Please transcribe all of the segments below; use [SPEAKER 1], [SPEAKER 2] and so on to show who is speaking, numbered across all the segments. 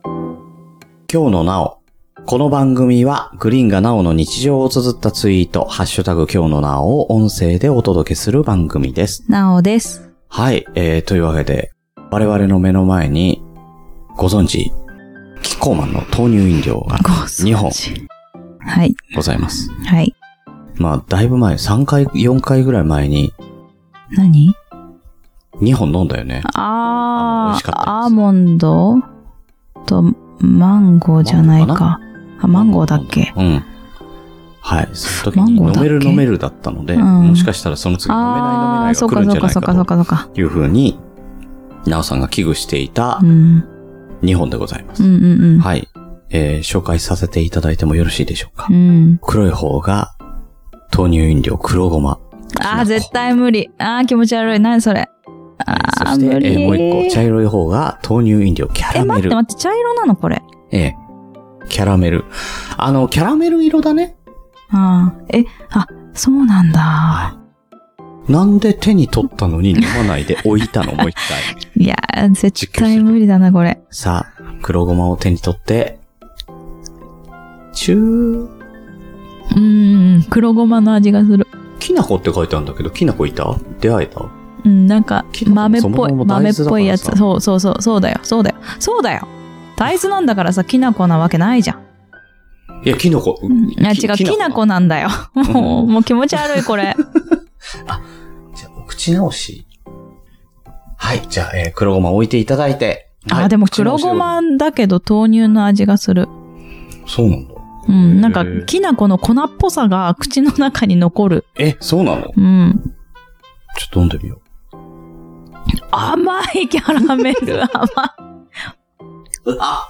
[SPEAKER 1] 今日のなお。この番組は、グリーンがなおの日常を綴ったツイート、ハッシュタグ今日のなおを音声でお届けする番組です。
[SPEAKER 2] なおです。
[SPEAKER 1] はい、えー、というわけで、我々の目の前に、ご存知、キッコーマンの豆乳飲料が
[SPEAKER 2] ご存知
[SPEAKER 1] 日本
[SPEAKER 2] はい。
[SPEAKER 1] ございます。
[SPEAKER 2] はい。
[SPEAKER 1] まあ、だいぶ前、3回、4回ぐらい前に、
[SPEAKER 2] 何
[SPEAKER 1] 2本飲んだよね。あの美
[SPEAKER 2] あ
[SPEAKER 1] 味し
[SPEAKER 2] ー
[SPEAKER 1] かったです
[SPEAKER 2] アーモンドとマンゴーじゃな
[SPEAKER 1] マ
[SPEAKER 2] い
[SPEAKER 1] ンゴーか
[SPEAKER 2] か。あ、マンゴーだっけ
[SPEAKER 1] うん。はい。その時に
[SPEAKER 2] マンゴー
[SPEAKER 1] 飲
[SPEAKER 2] だっ
[SPEAKER 1] め
[SPEAKER 2] け
[SPEAKER 1] る飲めるだったので、
[SPEAKER 2] うん
[SPEAKER 1] もしかしたらその次飲めない飲め
[SPEAKER 2] あ
[SPEAKER 1] ない
[SPEAKER 2] あー、そ
[SPEAKER 1] が
[SPEAKER 2] う
[SPEAKER 1] 来るん
[SPEAKER 2] かそ
[SPEAKER 1] じ
[SPEAKER 2] う
[SPEAKER 1] ゃな
[SPEAKER 2] か
[SPEAKER 1] い
[SPEAKER 2] そうかそう
[SPEAKER 1] か
[SPEAKER 2] かそうか。
[SPEAKER 1] というふうに、なおさんが危惧していた
[SPEAKER 2] うん。
[SPEAKER 1] 2本でございま
[SPEAKER 2] う
[SPEAKER 1] す。
[SPEAKER 2] んうんうん。
[SPEAKER 1] はい。えー紹介させていただいてもよろしいでしょうか。
[SPEAKER 2] うん。
[SPEAKER 1] 黒い方が、豆乳飲料黒ごま。
[SPEAKER 2] あ
[SPEAKER 1] きなこ
[SPEAKER 2] あ、絶対無理。ああ、気持ち悪い。何それ。
[SPEAKER 1] えーそ
[SPEAKER 2] ああ、
[SPEAKER 1] して、
[SPEAKER 2] 無
[SPEAKER 1] え
[SPEAKER 2] 理。
[SPEAKER 1] ーもう一個、茶色い方が豆乳飲料キャ
[SPEAKER 2] え、
[SPEAKER 1] ラメ
[SPEAKER 2] 待っ
[SPEAKER 1] ル
[SPEAKER 2] て。待って、茶色なのこれ。
[SPEAKER 1] ええキャラメル。あの、キャラメル色だね。
[SPEAKER 2] ああ、え、あ、そうなんだ。
[SPEAKER 1] なんで手に取ったのに飲まないで置いたのもう一回。
[SPEAKER 2] いやー、絶対無理だな、これ。
[SPEAKER 1] さあ、黒ごまを手に取って、チュー、
[SPEAKER 2] うんうん、黒ごまの味がする。
[SPEAKER 1] きな粉って書いてあるんだけど、きな粉いた出会えた
[SPEAKER 2] うん、なんか
[SPEAKER 1] き、な粉
[SPEAKER 2] 豆っ
[SPEAKER 1] そも
[SPEAKER 2] ぽい、
[SPEAKER 1] そも大豆だか
[SPEAKER 2] 豆っ
[SPEAKER 1] らさ
[SPEAKER 2] ぽいやつ。そうそうそう、そうだよ、そうだよ、そうだよ。大豆なんだからさ、きな粉なわけないじゃん。
[SPEAKER 1] いや、きな粉。
[SPEAKER 2] うんあ、違
[SPEAKER 1] き
[SPEAKER 2] う、きな粉なんだよ。
[SPEAKER 1] ん
[SPEAKER 2] もう、もう気持ち悪 い、これ。
[SPEAKER 1] じゃあ、お口直し。はい、じゃあ、えー黒ごま置いていただいて。はい
[SPEAKER 2] あ、でも黒ご。まだけど豆乳の味がする。
[SPEAKER 1] 口直しをそうなんだ。
[SPEAKER 2] うん、なん
[SPEAKER 1] へ
[SPEAKER 2] か
[SPEAKER 1] ー、
[SPEAKER 2] きな粉の粉っぽさが口の中に残る。
[SPEAKER 1] え、そうなのちょ
[SPEAKER 2] うん。
[SPEAKER 1] っと飲んでみよ
[SPEAKER 2] 甘いキャラメル、 甘
[SPEAKER 1] う。あ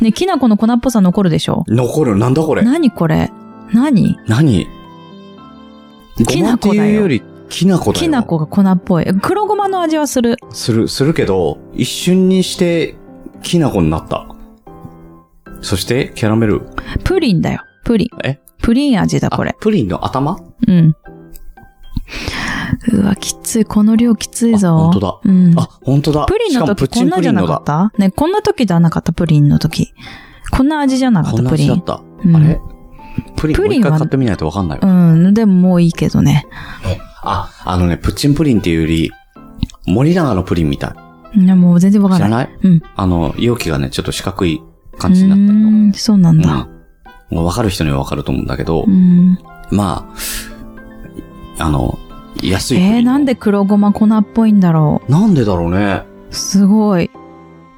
[SPEAKER 2] い。ね、きな粉の粉っぽさ残るでしょ
[SPEAKER 1] 残る。なんだこれ。
[SPEAKER 2] 何これ何
[SPEAKER 1] 何
[SPEAKER 2] きな
[SPEAKER 1] ご
[SPEAKER 2] 粉
[SPEAKER 1] まっ
[SPEAKER 2] だよ
[SPEAKER 1] ていうより、きな粉だよ。
[SPEAKER 2] きな粉が粉っぽい。黒ごまの味はする。
[SPEAKER 1] する、するけど、一瞬にして、きな粉になった。そして、キャラメル。
[SPEAKER 2] プリンだよ。プリン。
[SPEAKER 1] え
[SPEAKER 2] プリン味だ、
[SPEAKER 1] あ
[SPEAKER 2] これ。
[SPEAKER 1] プリンの頭
[SPEAKER 2] うん。うわ、きつい。この量きつい
[SPEAKER 1] あ
[SPEAKER 2] ぞ。
[SPEAKER 1] 本当だ
[SPEAKER 2] うん。
[SPEAKER 1] あ、本当だ。
[SPEAKER 2] プリンの
[SPEAKER 1] しかもプ
[SPEAKER 2] 時
[SPEAKER 1] ッチ
[SPEAKER 2] こ
[SPEAKER 1] ン
[SPEAKER 2] んな
[SPEAKER 1] プリ
[SPEAKER 2] じゃ
[SPEAKER 1] ン
[SPEAKER 2] な
[SPEAKER 1] の
[SPEAKER 2] か
[SPEAKER 1] だ
[SPEAKER 2] っ。たね、こんな時じゃなかった、プリンの時。こんな味じゃなかっ
[SPEAKER 1] こん
[SPEAKER 2] た、
[SPEAKER 1] な
[SPEAKER 2] プ
[SPEAKER 1] 味
[SPEAKER 2] リ
[SPEAKER 1] だ
[SPEAKER 2] ン
[SPEAKER 1] っ。た。あれプリン
[SPEAKER 2] プリン
[SPEAKER 1] もう一回
[SPEAKER 2] は
[SPEAKER 1] 買ってみないとわかんないわ
[SPEAKER 2] うん、でももういいけどね。
[SPEAKER 1] あ、あのね、プッチンプリンっていうより、森永のプリンみたい。
[SPEAKER 2] いやもう全然わか
[SPEAKER 1] 知
[SPEAKER 2] んな
[SPEAKER 1] ら
[SPEAKER 2] い。
[SPEAKER 1] ない
[SPEAKER 2] うん
[SPEAKER 1] あの、容器がね、ちょっと四角い感じになってるの。
[SPEAKER 2] うーん、そうなん
[SPEAKER 1] うん
[SPEAKER 2] だ。
[SPEAKER 1] もうわかる人にはわかると思うんだけど、
[SPEAKER 2] うん。
[SPEAKER 1] まあ、あの、安いプリン。
[SPEAKER 2] えー、なんで黒ごま粉っぽいんだろ
[SPEAKER 1] なんでだろうね。
[SPEAKER 2] う。すごい。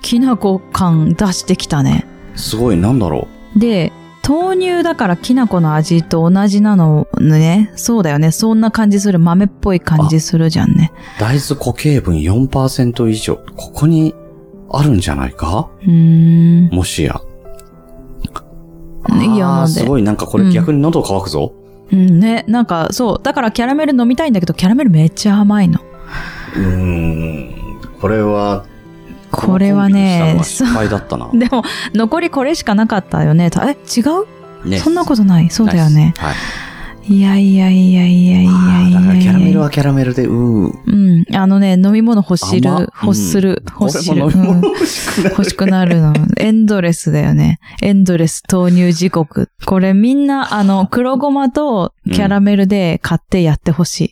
[SPEAKER 2] きな粉感出してきたね。
[SPEAKER 1] すごい、なんだろ
[SPEAKER 2] で、豆乳だからきな粉の味と同じなのね。そうだよね。そんな感じする。豆っぽい感じするじゃんね。
[SPEAKER 1] う。大豆固形分4%以上。ここにあるんじゃないか
[SPEAKER 2] うーん。
[SPEAKER 1] もしや。
[SPEAKER 2] いいよ
[SPEAKER 1] あー
[SPEAKER 2] 飲ん
[SPEAKER 1] す
[SPEAKER 2] で。
[SPEAKER 1] ごい、なんかこれ逆に喉乾くぞ。
[SPEAKER 2] うんね。なんか、そう。だからキャラメル飲みたいんだけど、キャラメルめっちゃ甘いの。
[SPEAKER 1] うーん。これは、
[SPEAKER 2] これはね、
[SPEAKER 1] コンビにした
[SPEAKER 2] そ
[SPEAKER 1] のは失敗だったな
[SPEAKER 2] う。。でも、 残りこれしかなかったよね。たえ、違う、
[SPEAKER 1] ね
[SPEAKER 2] そんなことない。そうだよね。
[SPEAKER 1] はい。
[SPEAKER 2] いやいやいやいやいや
[SPEAKER 1] あ
[SPEAKER 2] い
[SPEAKER 1] ーだか
[SPEAKER 2] や
[SPEAKER 1] ら
[SPEAKER 2] い
[SPEAKER 1] キャラ
[SPEAKER 2] や
[SPEAKER 1] メ
[SPEAKER 2] い
[SPEAKER 1] ル
[SPEAKER 2] や。
[SPEAKER 1] はキャラメルで、うん。
[SPEAKER 2] うん。あのね、飲み物欲し
[SPEAKER 1] 甘っ
[SPEAKER 2] る、欲する、欲しる。
[SPEAKER 1] 俺も飲み
[SPEAKER 2] うん
[SPEAKER 1] 物欲しくなる。
[SPEAKER 2] 欲しくなるの。エンドレスだよね。エンドレス豆乳時刻。これみんな、あの、黒ごまとキャラメルで買ってやってほしい。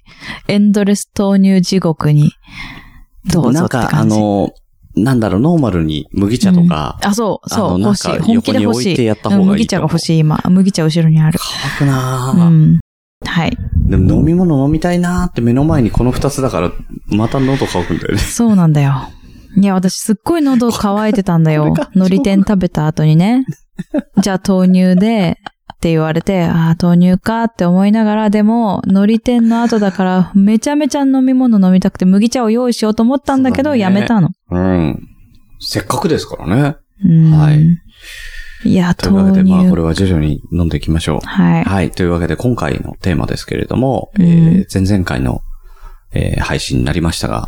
[SPEAKER 2] エンドレス豆乳時刻に、どうぞ
[SPEAKER 1] な
[SPEAKER 2] っ
[SPEAKER 1] ん
[SPEAKER 2] て
[SPEAKER 1] か、あ
[SPEAKER 2] 感じ。
[SPEAKER 1] の、なんだろう、ノーマルに麦茶とか、
[SPEAKER 2] あ、そう、
[SPEAKER 1] あ
[SPEAKER 2] そ
[SPEAKER 1] のな
[SPEAKER 2] う、
[SPEAKER 1] ん
[SPEAKER 2] 欲し
[SPEAKER 1] か
[SPEAKER 2] い。本気で欲
[SPEAKER 1] 横に置
[SPEAKER 2] し
[SPEAKER 1] い
[SPEAKER 2] い。
[SPEAKER 1] てやった方がいいと
[SPEAKER 2] うん
[SPEAKER 1] 思う
[SPEAKER 2] 麦茶が欲しい、今。麦茶後ろにある。
[SPEAKER 1] 乾くな
[SPEAKER 2] う
[SPEAKER 1] ぁ、
[SPEAKER 2] ん。はい。
[SPEAKER 1] でも飲み物飲みたいなーって目の前にこの二つだから、また喉乾くんだよね。
[SPEAKER 2] そうなんだよ。いや、私すっごい喉乾いてたんだよ
[SPEAKER 1] これが。
[SPEAKER 2] 海苔天食べた後 にね。じゃあ豆乳で、って言われて、ああ、豆乳かって思いながら、でも、海苔天の後だから、めちゃめちゃ飲み物飲みたくて、麦茶を用意しようと思ったんだけ
[SPEAKER 1] そ
[SPEAKER 2] ど、
[SPEAKER 1] うだ
[SPEAKER 2] や
[SPEAKER 1] ね
[SPEAKER 2] めたの。
[SPEAKER 1] うん。せっかくですからね。
[SPEAKER 2] うん。
[SPEAKER 1] はい
[SPEAKER 2] い。や、
[SPEAKER 1] というわ
[SPEAKER 2] 豆
[SPEAKER 1] けで、
[SPEAKER 2] 乳。
[SPEAKER 1] まあこれは徐々に飲んでいきましょう。
[SPEAKER 2] はい。
[SPEAKER 1] はい。というわけで、今回のテーマですけれども、
[SPEAKER 2] うん
[SPEAKER 1] えー前々回の、えー配信になりましたが、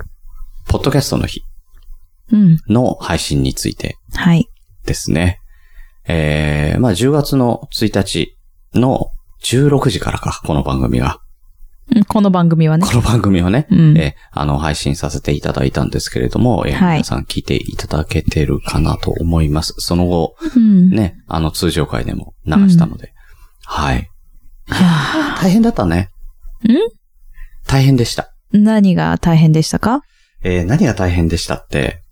[SPEAKER 1] ポッドキャストの日
[SPEAKER 2] うん。
[SPEAKER 1] の配信について
[SPEAKER 2] はい。
[SPEAKER 1] ですね。えー、まあ10月の1日の16時からか、この番組が
[SPEAKER 2] うんこの番組はね。
[SPEAKER 1] この番組をね、
[SPEAKER 2] うん。
[SPEAKER 1] え、あの、配信させていただいたんですけれども、え、
[SPEAKER 2] はい
[SPEAKER 1] 皆さん聞いていただけてるかなと思います。その後、
[SPEAKER 2] うん。
[SPEAKER 1] ね、あの、通常回でも流したので。はい。
[SPEAKER 2] はあ
[SPEAKER 1] 大変だったね。
[SPEAKER 2] ん
[SPEAKER 1] 大変でした。
[SPEAKER 2] 何が大変でしたか
[SPEAKER 1] えー何が大変でしたって、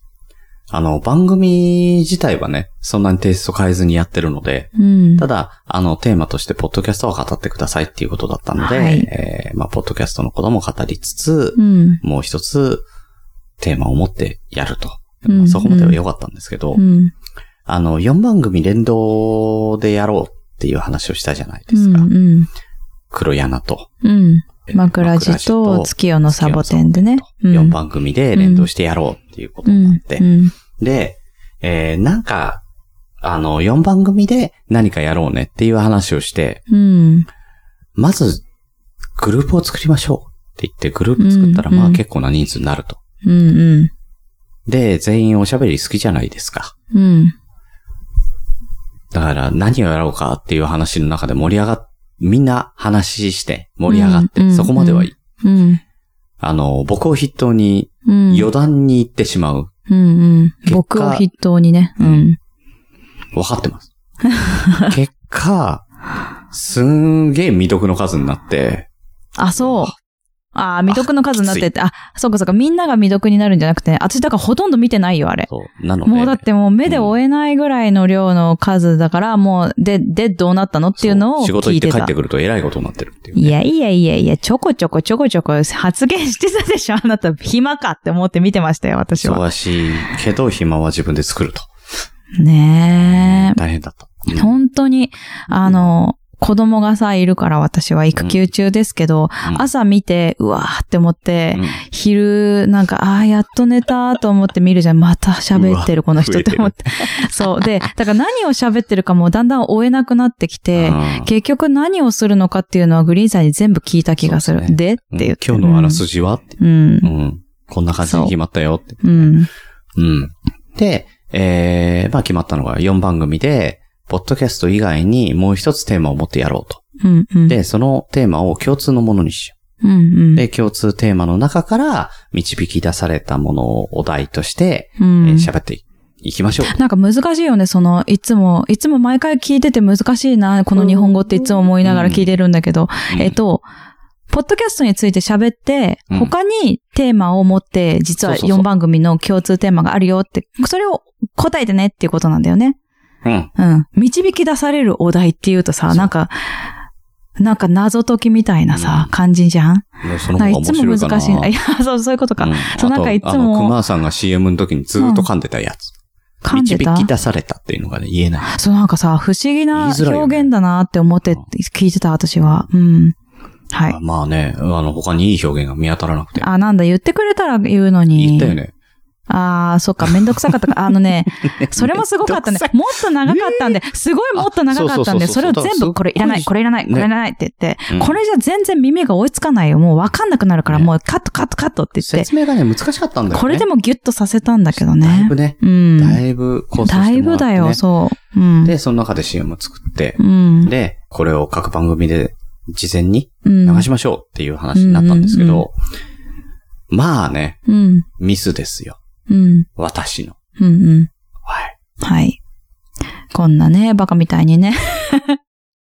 [SPEAKER 1] あの、番組自体はね、そんなにテイスト変えずにやってるので、
[SPEAKER 2] うん。
[SPEAKER 1] ただ、あの、テーマとして、ポッドキャストは語ってくださいっていうことだったので、
[SPEAKER 2] はい
[SPEAKER 1] えーまあ、ポッドキャストのことも語りつつ、
[SPEAKER 2] うん。
[SPEAKER 1] もう一つ、テーマを持ってやると。
[SPEAKER 2] うん
[SPEAKER 1] まあそこまでは良かったんですけど、
[SPEAKER 2] うん。
[SPEAKER 1] あの、4番組連動でやろうっていう話をしたじゃないで
[SPEAKER 2] う
[SPEAKER 1] す
[SPEAKER 2] ん。
[SPEAKER 1] か。
[SPEAKER 2] うん。
[SPEAKER 1] 黒柳と、
[SPEAKER 2] うん。
[SPEAKER 1] えー
[SPEAKER 2] 枕地と月夜のサボテンでね。うん
[SPEAKER 1] 4番組で連動してやろうっていうことになって。
[SPEAKER 2] うん。
[SPEAKER 1] で、えーなんか、あの、4番組で何かやろうねっていう話をして、
[SPEAKER 2] うん。
[SPEAKER 1] まず、グループを作りましょうって言って、グループ作ったら、
[SPEAKER 2] うん
[SPEAKER 1] まあ
[SPEAKER 2] うん
[SPEAKER 1] 結構な人数になると。
[SPEAKER 2] うん。うん。
[SPEAKER 1] で、全員おしゃべり好きじゃないですか。
[SPEAKER 2] うん。
[SPEAKER 1] だから、何をやろうかっていう話の中で盛り上がっ、みんな話して盛り上がって、
[SPEAKER 2] うんうん
[SPEAKER 1] そこまではいい。
[SPEAKER 2] うん。
[SPEAKER 1] あの、僕を筆頭に
[SPEAKER 2] うん。
[SPEAKER 1] 余談に行ってしまう。
[SPEAKER 2] うんうん。
[SPEAKER 1] 果
[SPEAKER 2] 僕を筆頭にね。うん。
[SPEAKER 1] わかって ます。結果、すんげえ未読の数になって、
[SPEAKER 2] あ、そう。ああ、未読の数になってて、あ、そうかそうか、みんなが未読になるんじゃなくてね、私だからほとんど見てないよ、あれ。
[SPEAKER 1] そう、なので。
[SPEAKER 2] もうだってもう目で追えないぐらいの量の数だから、もう、で、で、どうなったのっていうのを
[SPEAKER 1] そう仕事行
[SPEAKER 2] 聞い
[SPEAKER 1] って
[SPEAKER 2] て
[SPEAKER 1] 帰ったて。くると偉いことになってるっていうね、
[SPEAKER 2] いやいやいやいや、ちょこちょこちょこちょこ発言してたでしょあなた、暇かって思って見てましたよ、私は。
[SPEAKER 1] 忙しいけど、暇は自分で作ると。
[SPEAKER 2] ね
[SPEAKER 1] 大変だった。うん
[SPEAKER 2] え。本当に、あの、子供がさ、いるから私は育休中ですけど、
[SPEAKER 1] うん
[SPEAKER 2] 朝見て、うわーって思って、
[SPEAKER 1] うん
[SPEAKER 2] 昼、なんか、ああ、やっと寝たと思って見るじゃん。また喋ってる、この人って思って。そう。で、だから何を喋ってるかもだんだん追えなくなってきて、
[SPEAKER 1] うん
[SPEAKER 2] 結局何をするのかっていうのはグリーンさんに全部聞いた気がする。
[SPEAKER 1] そう
[SPEAKER 2] で
[SPEAKER 1] です
[SPEAKER 2] って言って。
[SPEAKER 1] 今日のあらすじはって。
[SPEAKER 2] うん
[SPEAKER 1] う。ん。こんな感じに決まったよって。
[SPEAKER 2] うん。
[SPEAKER 1] うん。で、えー、まあ決まったのが4番組で、ポッドキャスト以外にもう一つテーマを持ってやろうと。
[SPEAKER 2] うん。うん。
[SPEAKER 1] で、そのテーマを共通のものにしよ
[SPEAKER 2] うん、うん。
[SPEAKER 1] う。で、共通テーマの中から導き出されたものをお題として、
[SPEAKER 2] う
[SPEAKER 1] えー
[SPEAKER 2] ん。
[SPEAKER 1] 喋っていきましょう。
[SPEAKER 2] なんか難しいよね、その、いつも、いつも毎回聞いてて難しいな、この日本語っていつも思いながら聞いてるんだけど、
[SPEAKER 1] うん
[SPEAKER 2] えっと、ポッドキャストについて喋って、
[SPEAKER 1] うん
[SPEAKER 2] 他にテーマを持って、実は
[SPEAKER 1] そうそうそう
[SPEAKER 2] 4番組の共通テーマがあるよって、それを答えてねっていうことなんだよね。
[SPEAKER 1] うん。
[SPEAKER 2] うん。導き出されるお題っていうとさ、
[SPEAKER 1] そう
[SPEAKER 2] なんか、なんか謎解きみたいなさ、
[SPEAKER 1] うん
[SPEAKER 2] 感じじゃん
[SPEAKER 1] その方が
[SPEAKER 2] なんかい
[SPEAKER 1] 面
[SPEAKER 2] つ
[SPEAKER 1] 白
[SPEAKER 2] も
[SPEAKER 1] いかな。
[SPEAKER 2] 難しいな。いや、そう、そういうことか。
[SPEAKER 1] うん
[SPEAKER 2] そうなんかいつも
[SPEAKER 1] あと、あの、熊さんが CM の時にずっと噛んでたやつ。
[SPEAKER 2] 噛んで
[SPEAKER 1] 導
[SPEAKER 2] た
[SPEAKER 1] き出されたっていうのがね、言えない。
[SPEAKER 2] そうなんかさ、不思議
[SPEAKER 1] 言
[SPEAKER 2] な
[SPEAKER 1] いづらいよね
[SPEAKER 2] 表現だなって思って聞いてた、私は。うん。はい。
[SPEAKER 1] まあね、あの、他にいい表現が見当たらなくて。
[SPEAKER 2] あ、なんだ、言ってくれたら言うのに。
[SPEAKER 1] 言ったよね。
[SPEAKER 2] ああ、そっか、めんどくさかっ たか。あのね、 それもすごかった
[SPEAKER 1] めん
[SPEAKER 2] ね
[SPEAKER 1] どくさ。
[SPEAKER 2] もっと長かったんで、すごいもっと長かったん
[SPEAKER 1] あ
[SPEAKER 2] で、
[SPEAKER 1] そ
[SPEAKER 2] そ
[SPEAKER 1] そ
[SPEAKER 2] うれ
[SPEAKER 1] う
[SPEAKER 2] を
[SPEAKER 1] そうそうだ
[SPEAKER 2] 全
[SPEAKER 1] から
[SPEAKER 2] 部これいらない、
[SPEAKER 1] す
[SPEAKER 2] こ
[SPEAKER 1] ご
[SPEAKER 2] れいらない、
[SPEAKER 1] ね
[SPEAKER 2] これいらないって言って
[SPEAKER 1] うん、
[SPEAKER 2] これじゃ全然耳が追いつかないよ。もうわかんなくなるから、
[SPEAKER 1] ね
[SPEAKER 2] もうカットカットカットって言って、
[SPEAKER 1] 説明がね、難しかったんだよね。
[SPEAKER 2] これでもギュッとさせたんだけ
[SPEAKER 1] だ
[SPEAKER 2] ど
[SPEAKER 1] い
[SPEAKER 2] ね
[SPEAKER 1] ぶ。ね、
[SPEAKER 2] うん。
[SPEAKER 1] だいぶ構成してもら
[SPEAKER 2] だ
[SPEAKER 1] って、ね。
[SPEAKER 2] いぶだよ、そう。うん。
[SPEAKER 1] で、その中で CM を作って、
[SPEAKER 2] うん。
[SPEAKER 1] で、これを各番組で事前に
[SPEAKER 2] うん。
[SPEAKER 1] 流しましょうっていう話になったんですけ
[SPEAKER 2] うんうん
[SPEAKER 1] ど、まあね、
[SPEAKER 2] うん。
[SPEAKER 1] ミスですよ。
[SPEAKER 2] うん。
[SPEAKER 1] 私の。
[SPEAKER 2] うん。うん。
[SPEAKER 1] はい。
[SPEAKER 2] はい。こんなね、バカみたいにね、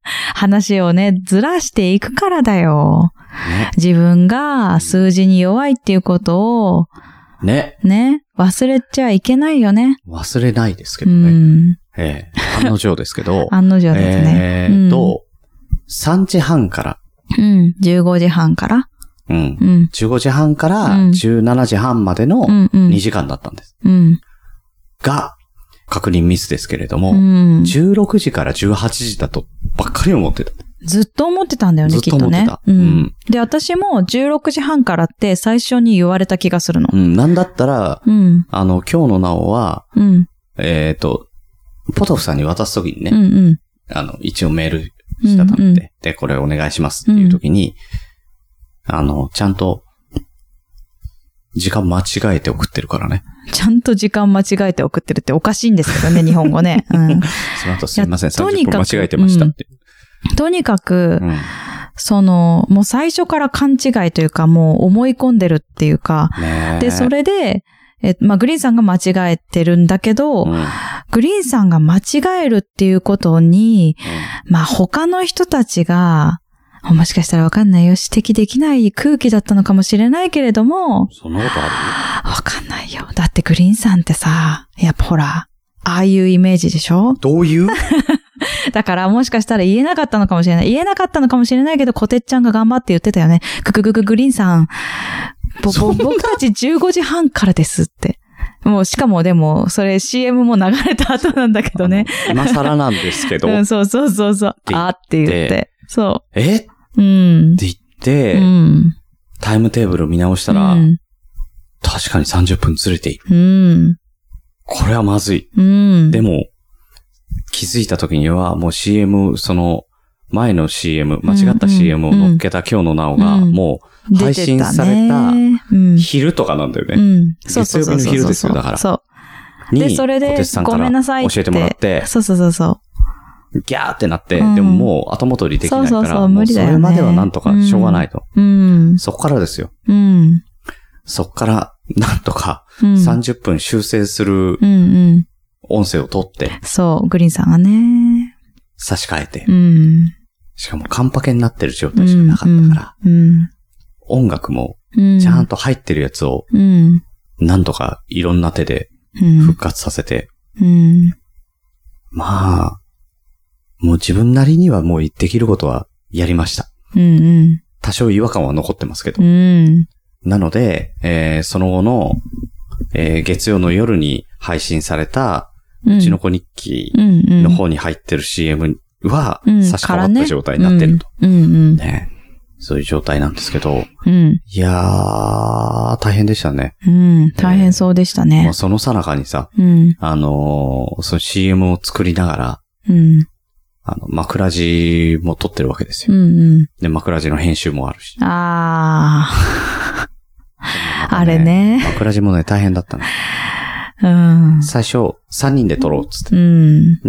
[SPEAKER 2] 話をね、ずらしていくからだよ。
[SPEAKER 1] ね。
[SPEAKER 2] 自分が数字に弱いっていうことを、
[SPEAKER 1] ね。
[SPEAKER 2] ね、忘れちゃいけないよね。
[SPEAKER 1] 忘れないですけ
[SPEAKER 2] う
[SPEAKER 1] どね。
[SPEAKER 2] ん。、
[SPEAKER 1] ええ。案の定ですけど
[SPEAKER 2] 案の定ですね。
[SPEAKER 1] えーっと、3時半から、
[SPEAKER 2] うん。うん。15時半から。
[SPEAKER 1] うん。
[SPEAKER 2] うん。
[SPEAKER 1] 15時半から
[SPEAKER 2] うん
[SPEAKER 1] 17時半までの
[SPEAKER 2] うんうん。
[SPEAKER 1] 2時間だったんです。
[SPEAKER 2] うん。
[SPEAKER 1] が、確認ミスですけれど
[SPEAKER 2] う
[SPEAKER 1] も、
[SPEAKER 2] ん。
[SPEAKER 1] 16時から18時だとばっかり思ってた。
[SPEAKER 2] ずっと思ってたんだよね、
[SPEAKER 1] ずっ
[SPEAKER 2] きっ
[SPEAKER 1] と
[SPEAKER 2] と
[SPEAKER 1] 思って
[SPEAKER 2] ね
[SPEAKER 1] た。。
[SPEAKER 2] う。
[SPEAKER 1] うんん。
[SPEAKER 2] で、私も16時半からって最初に言われた気がするの
[SPEAKER 1] う。ん。なんだったら、
[SPEAKER 2] うん。
[SPEAKER 1] あの、今日のなおは、
[SPEAKER 2] うん。
[SPEAKER 1] えっ、と、ポトフさんに渡すときにね、
[SPEAKER 2] うん。うん。
[SPEAKER 1] あの、一応メールしたためて、
[SPEAKER 2] うんうん
[SPEAKER 1] で、これお願いしますっていうときに、あの、ちゃんと、時間間違えて送ってるからね。
[SPEAKER 2] ちゃんと時間間違えて送ってるっておかしいんですけどね、 日本語ね。うん、
[SPEAKER 1] その後すいません、
[SPEAKER 2] いやと
[SPEAKER 1] 30
[SPEAKER 2] にか
[SPEAKER 1] 分
[SPEAKER 2] く
[SPEAKER 1] 間違えてましたって。
[SPEAKER 2] とにかく
[SPEAKER 1] う、ん。
[SPEAKER 2] その、もう最初から勘違いというか、もう思い込んでるっていうか、
[SPEAKER 1] ねえ
[SPEAKER 2] で、そ、れで、え、まあ、グリーンさんが間違えてるんだけど、
[SPEAKER 1] うん
[SPEAKER 2] グリーンさんが間違えるっていうことに、まあ、他の人たちが、もしかしたらわかんないよ、指摘できない空気だったのかもしれないけれども、
[SPEAKER 1] そんなことあ
[SPEAKER 2] わかんないよ。だってグリーンさんってさ、やっぱほら、ああいうイメージでしょ
[SPEAKER 1] るどういう
[SPEAKER 2] だからもしかしたら言えなかったのかもしれない。言えなかったのかもしれないけど、コテッちゃんが頑張って言ってたよね。グググググリーンさん、ぼぼ僕たち15時半からですって。もう、しかもでも、それ CM も流れた後なんだけどね。
[SPEAKER 1] あの今更なんですけど、
[SPEAKER 2] うん、そうそうそうそう。
[SPEAKER 1] て言って
[SPEAKER 2] あって言って。そ
[SPEAKER 1] えって
[SPEAKER 2] う。うん。
[SPEAKER 1] 言って、
[SPEAKER 2] うん。
[SPEAKER 1] タイムテーブル見直したら、
[SPEAKER 2] うん。
[SPEAKER 1] 確かに30分ずれている。
[SPEAKER 2] うん。
[SPEAKER 1] これはまずい。
[SPEAKER 2] うん。
[SPEAKER 1] でも、気づいた時には、もう CM、その、前の CM、間違った CM を乗っけた今日のなおが、
[SPEAKER 2] うん
[SPEAKER 1] も
[SPEAKER 2] 出
[SPEAKER 1] 配
[SPEAKER 2] てたね
[SPEAKER 1] 信された
[SPEAKER 2] うん
[SPEAKER 1] う、。昼とかなんだよ
[SPEAKER 2] う
[SPEAKER 1] ね。
[SPEAKER 2] ん。そうそうそうそうそう。
[SPEAKER 1] 月曜日の昼ですよだから
[SPEAKER 2] そう。
[SPEAKER 1] に、
[SPEAKER 2] でそれで
[SPEAKER 1] 小鉄さんか
[SPEAKER 2] ごめん
[SPEAKER 1] ら
[SPEAKER 2] なさいって
[SPEAKER 1] 教えてもらって、
[SPEAKER 2] そうそうそうそ
[SPEAKER 1] ギャーってなって、
[SPEAKER 2] うん
[SPEAKER 1] でももう後戻りできないか
[SPEAKER 2] そうそうそ
[SPEAKER 1] ら、
[SPEAKER 2] う
[SPEAKER 1] も
[SPEAKER 2] 無
[SPEAKER 1] う
[SPEAKER 2] 理
[SPEAKER 1] そ
[SPEAKER 2] だよね
[SPEAKER 1] れまではなんとかしょうがないと。
[SPEAKER 2] う。うん。
[SPEAKER 1] そこからですよ。
[SPEAKER 2] うん。
[SPEAKER 1] そこから、なんとか、
[SPEAKER 2] うん。
[SPEAKER 1] 30分修正する
[SPEAKER 2] うんうん。
[SPEAKER 1] 音声を取って、
[SPEAKER 2] そう、グリーンさんがね。
[SPEAKER 1] 差し替えて
[SPEAKER 2] う、ん。
[SPEAKER 1] しかもカンパケになってる状態しかなかったから、
[SPEAKER 2] うん。
[SPEAKER 1] 音楽も
[SPEAKER 2] うん。
[SPEAKER 1] ちゃんと入ってるやつを、
[SPEAKER 2] うん。
[SPEAKER 1] なんとかいろんな手で
[SPEAKER 2] うん。
[SPEAKER 1] 復活させて、
[SPEAKER 2] うん。
[SPEAKER 1] まあ、もう自分なりにはもうできることはやりました。
[SPEAKER 2] うん。
[SPEAKER 1] 多少違和感は残ってますけど
[SPEAKER 2] う。ん。
[SPEAKER 1] なので、えーその後の、えー月曜の夜に配信された、うちの子日記
[SPEAKER 2] うん。うん。
[SPEAKER 1] の方に入ってる CM は、
[SPEAKER 2] うん
[SPEAKER 1] 差し替わった状態になってると。。
[SPEAKER 2] うん。うん。
[SPEAKER 1] ね。そういう状態なんですけど、
[SPEAKER 2] うん。
[SPEAKER 1] いやー、大変でしたね。
[SPEAKER 2] うん。大変そうでした
[SPEAKER 1] も
[SPEAKER 2] ね
[SPEAKER 1] う。そのさなかにさ、
[SPEAKER 2] うん。
[SPEAKER 1] あのーその CM を作りながら、
[SPEAKER 2] うん。
[SPEAKER 1] あの、枕地も撮ってるわけです
[SPEAKER 2] う
[SPEAKER 1] よ。
[SPEAKER 2] ん。
[SPEAKER 1] で、枕地の編集もあるし。
[SPEAKER 2] うん。ああ。あれね。
[SPEAKER 1] 枕地もね、大変だ ったの。
[SPEAKER 2] うん。
[SPEAKER 1] 最初、3人で撮ろうっつって。
[SPEAKER 2] うん。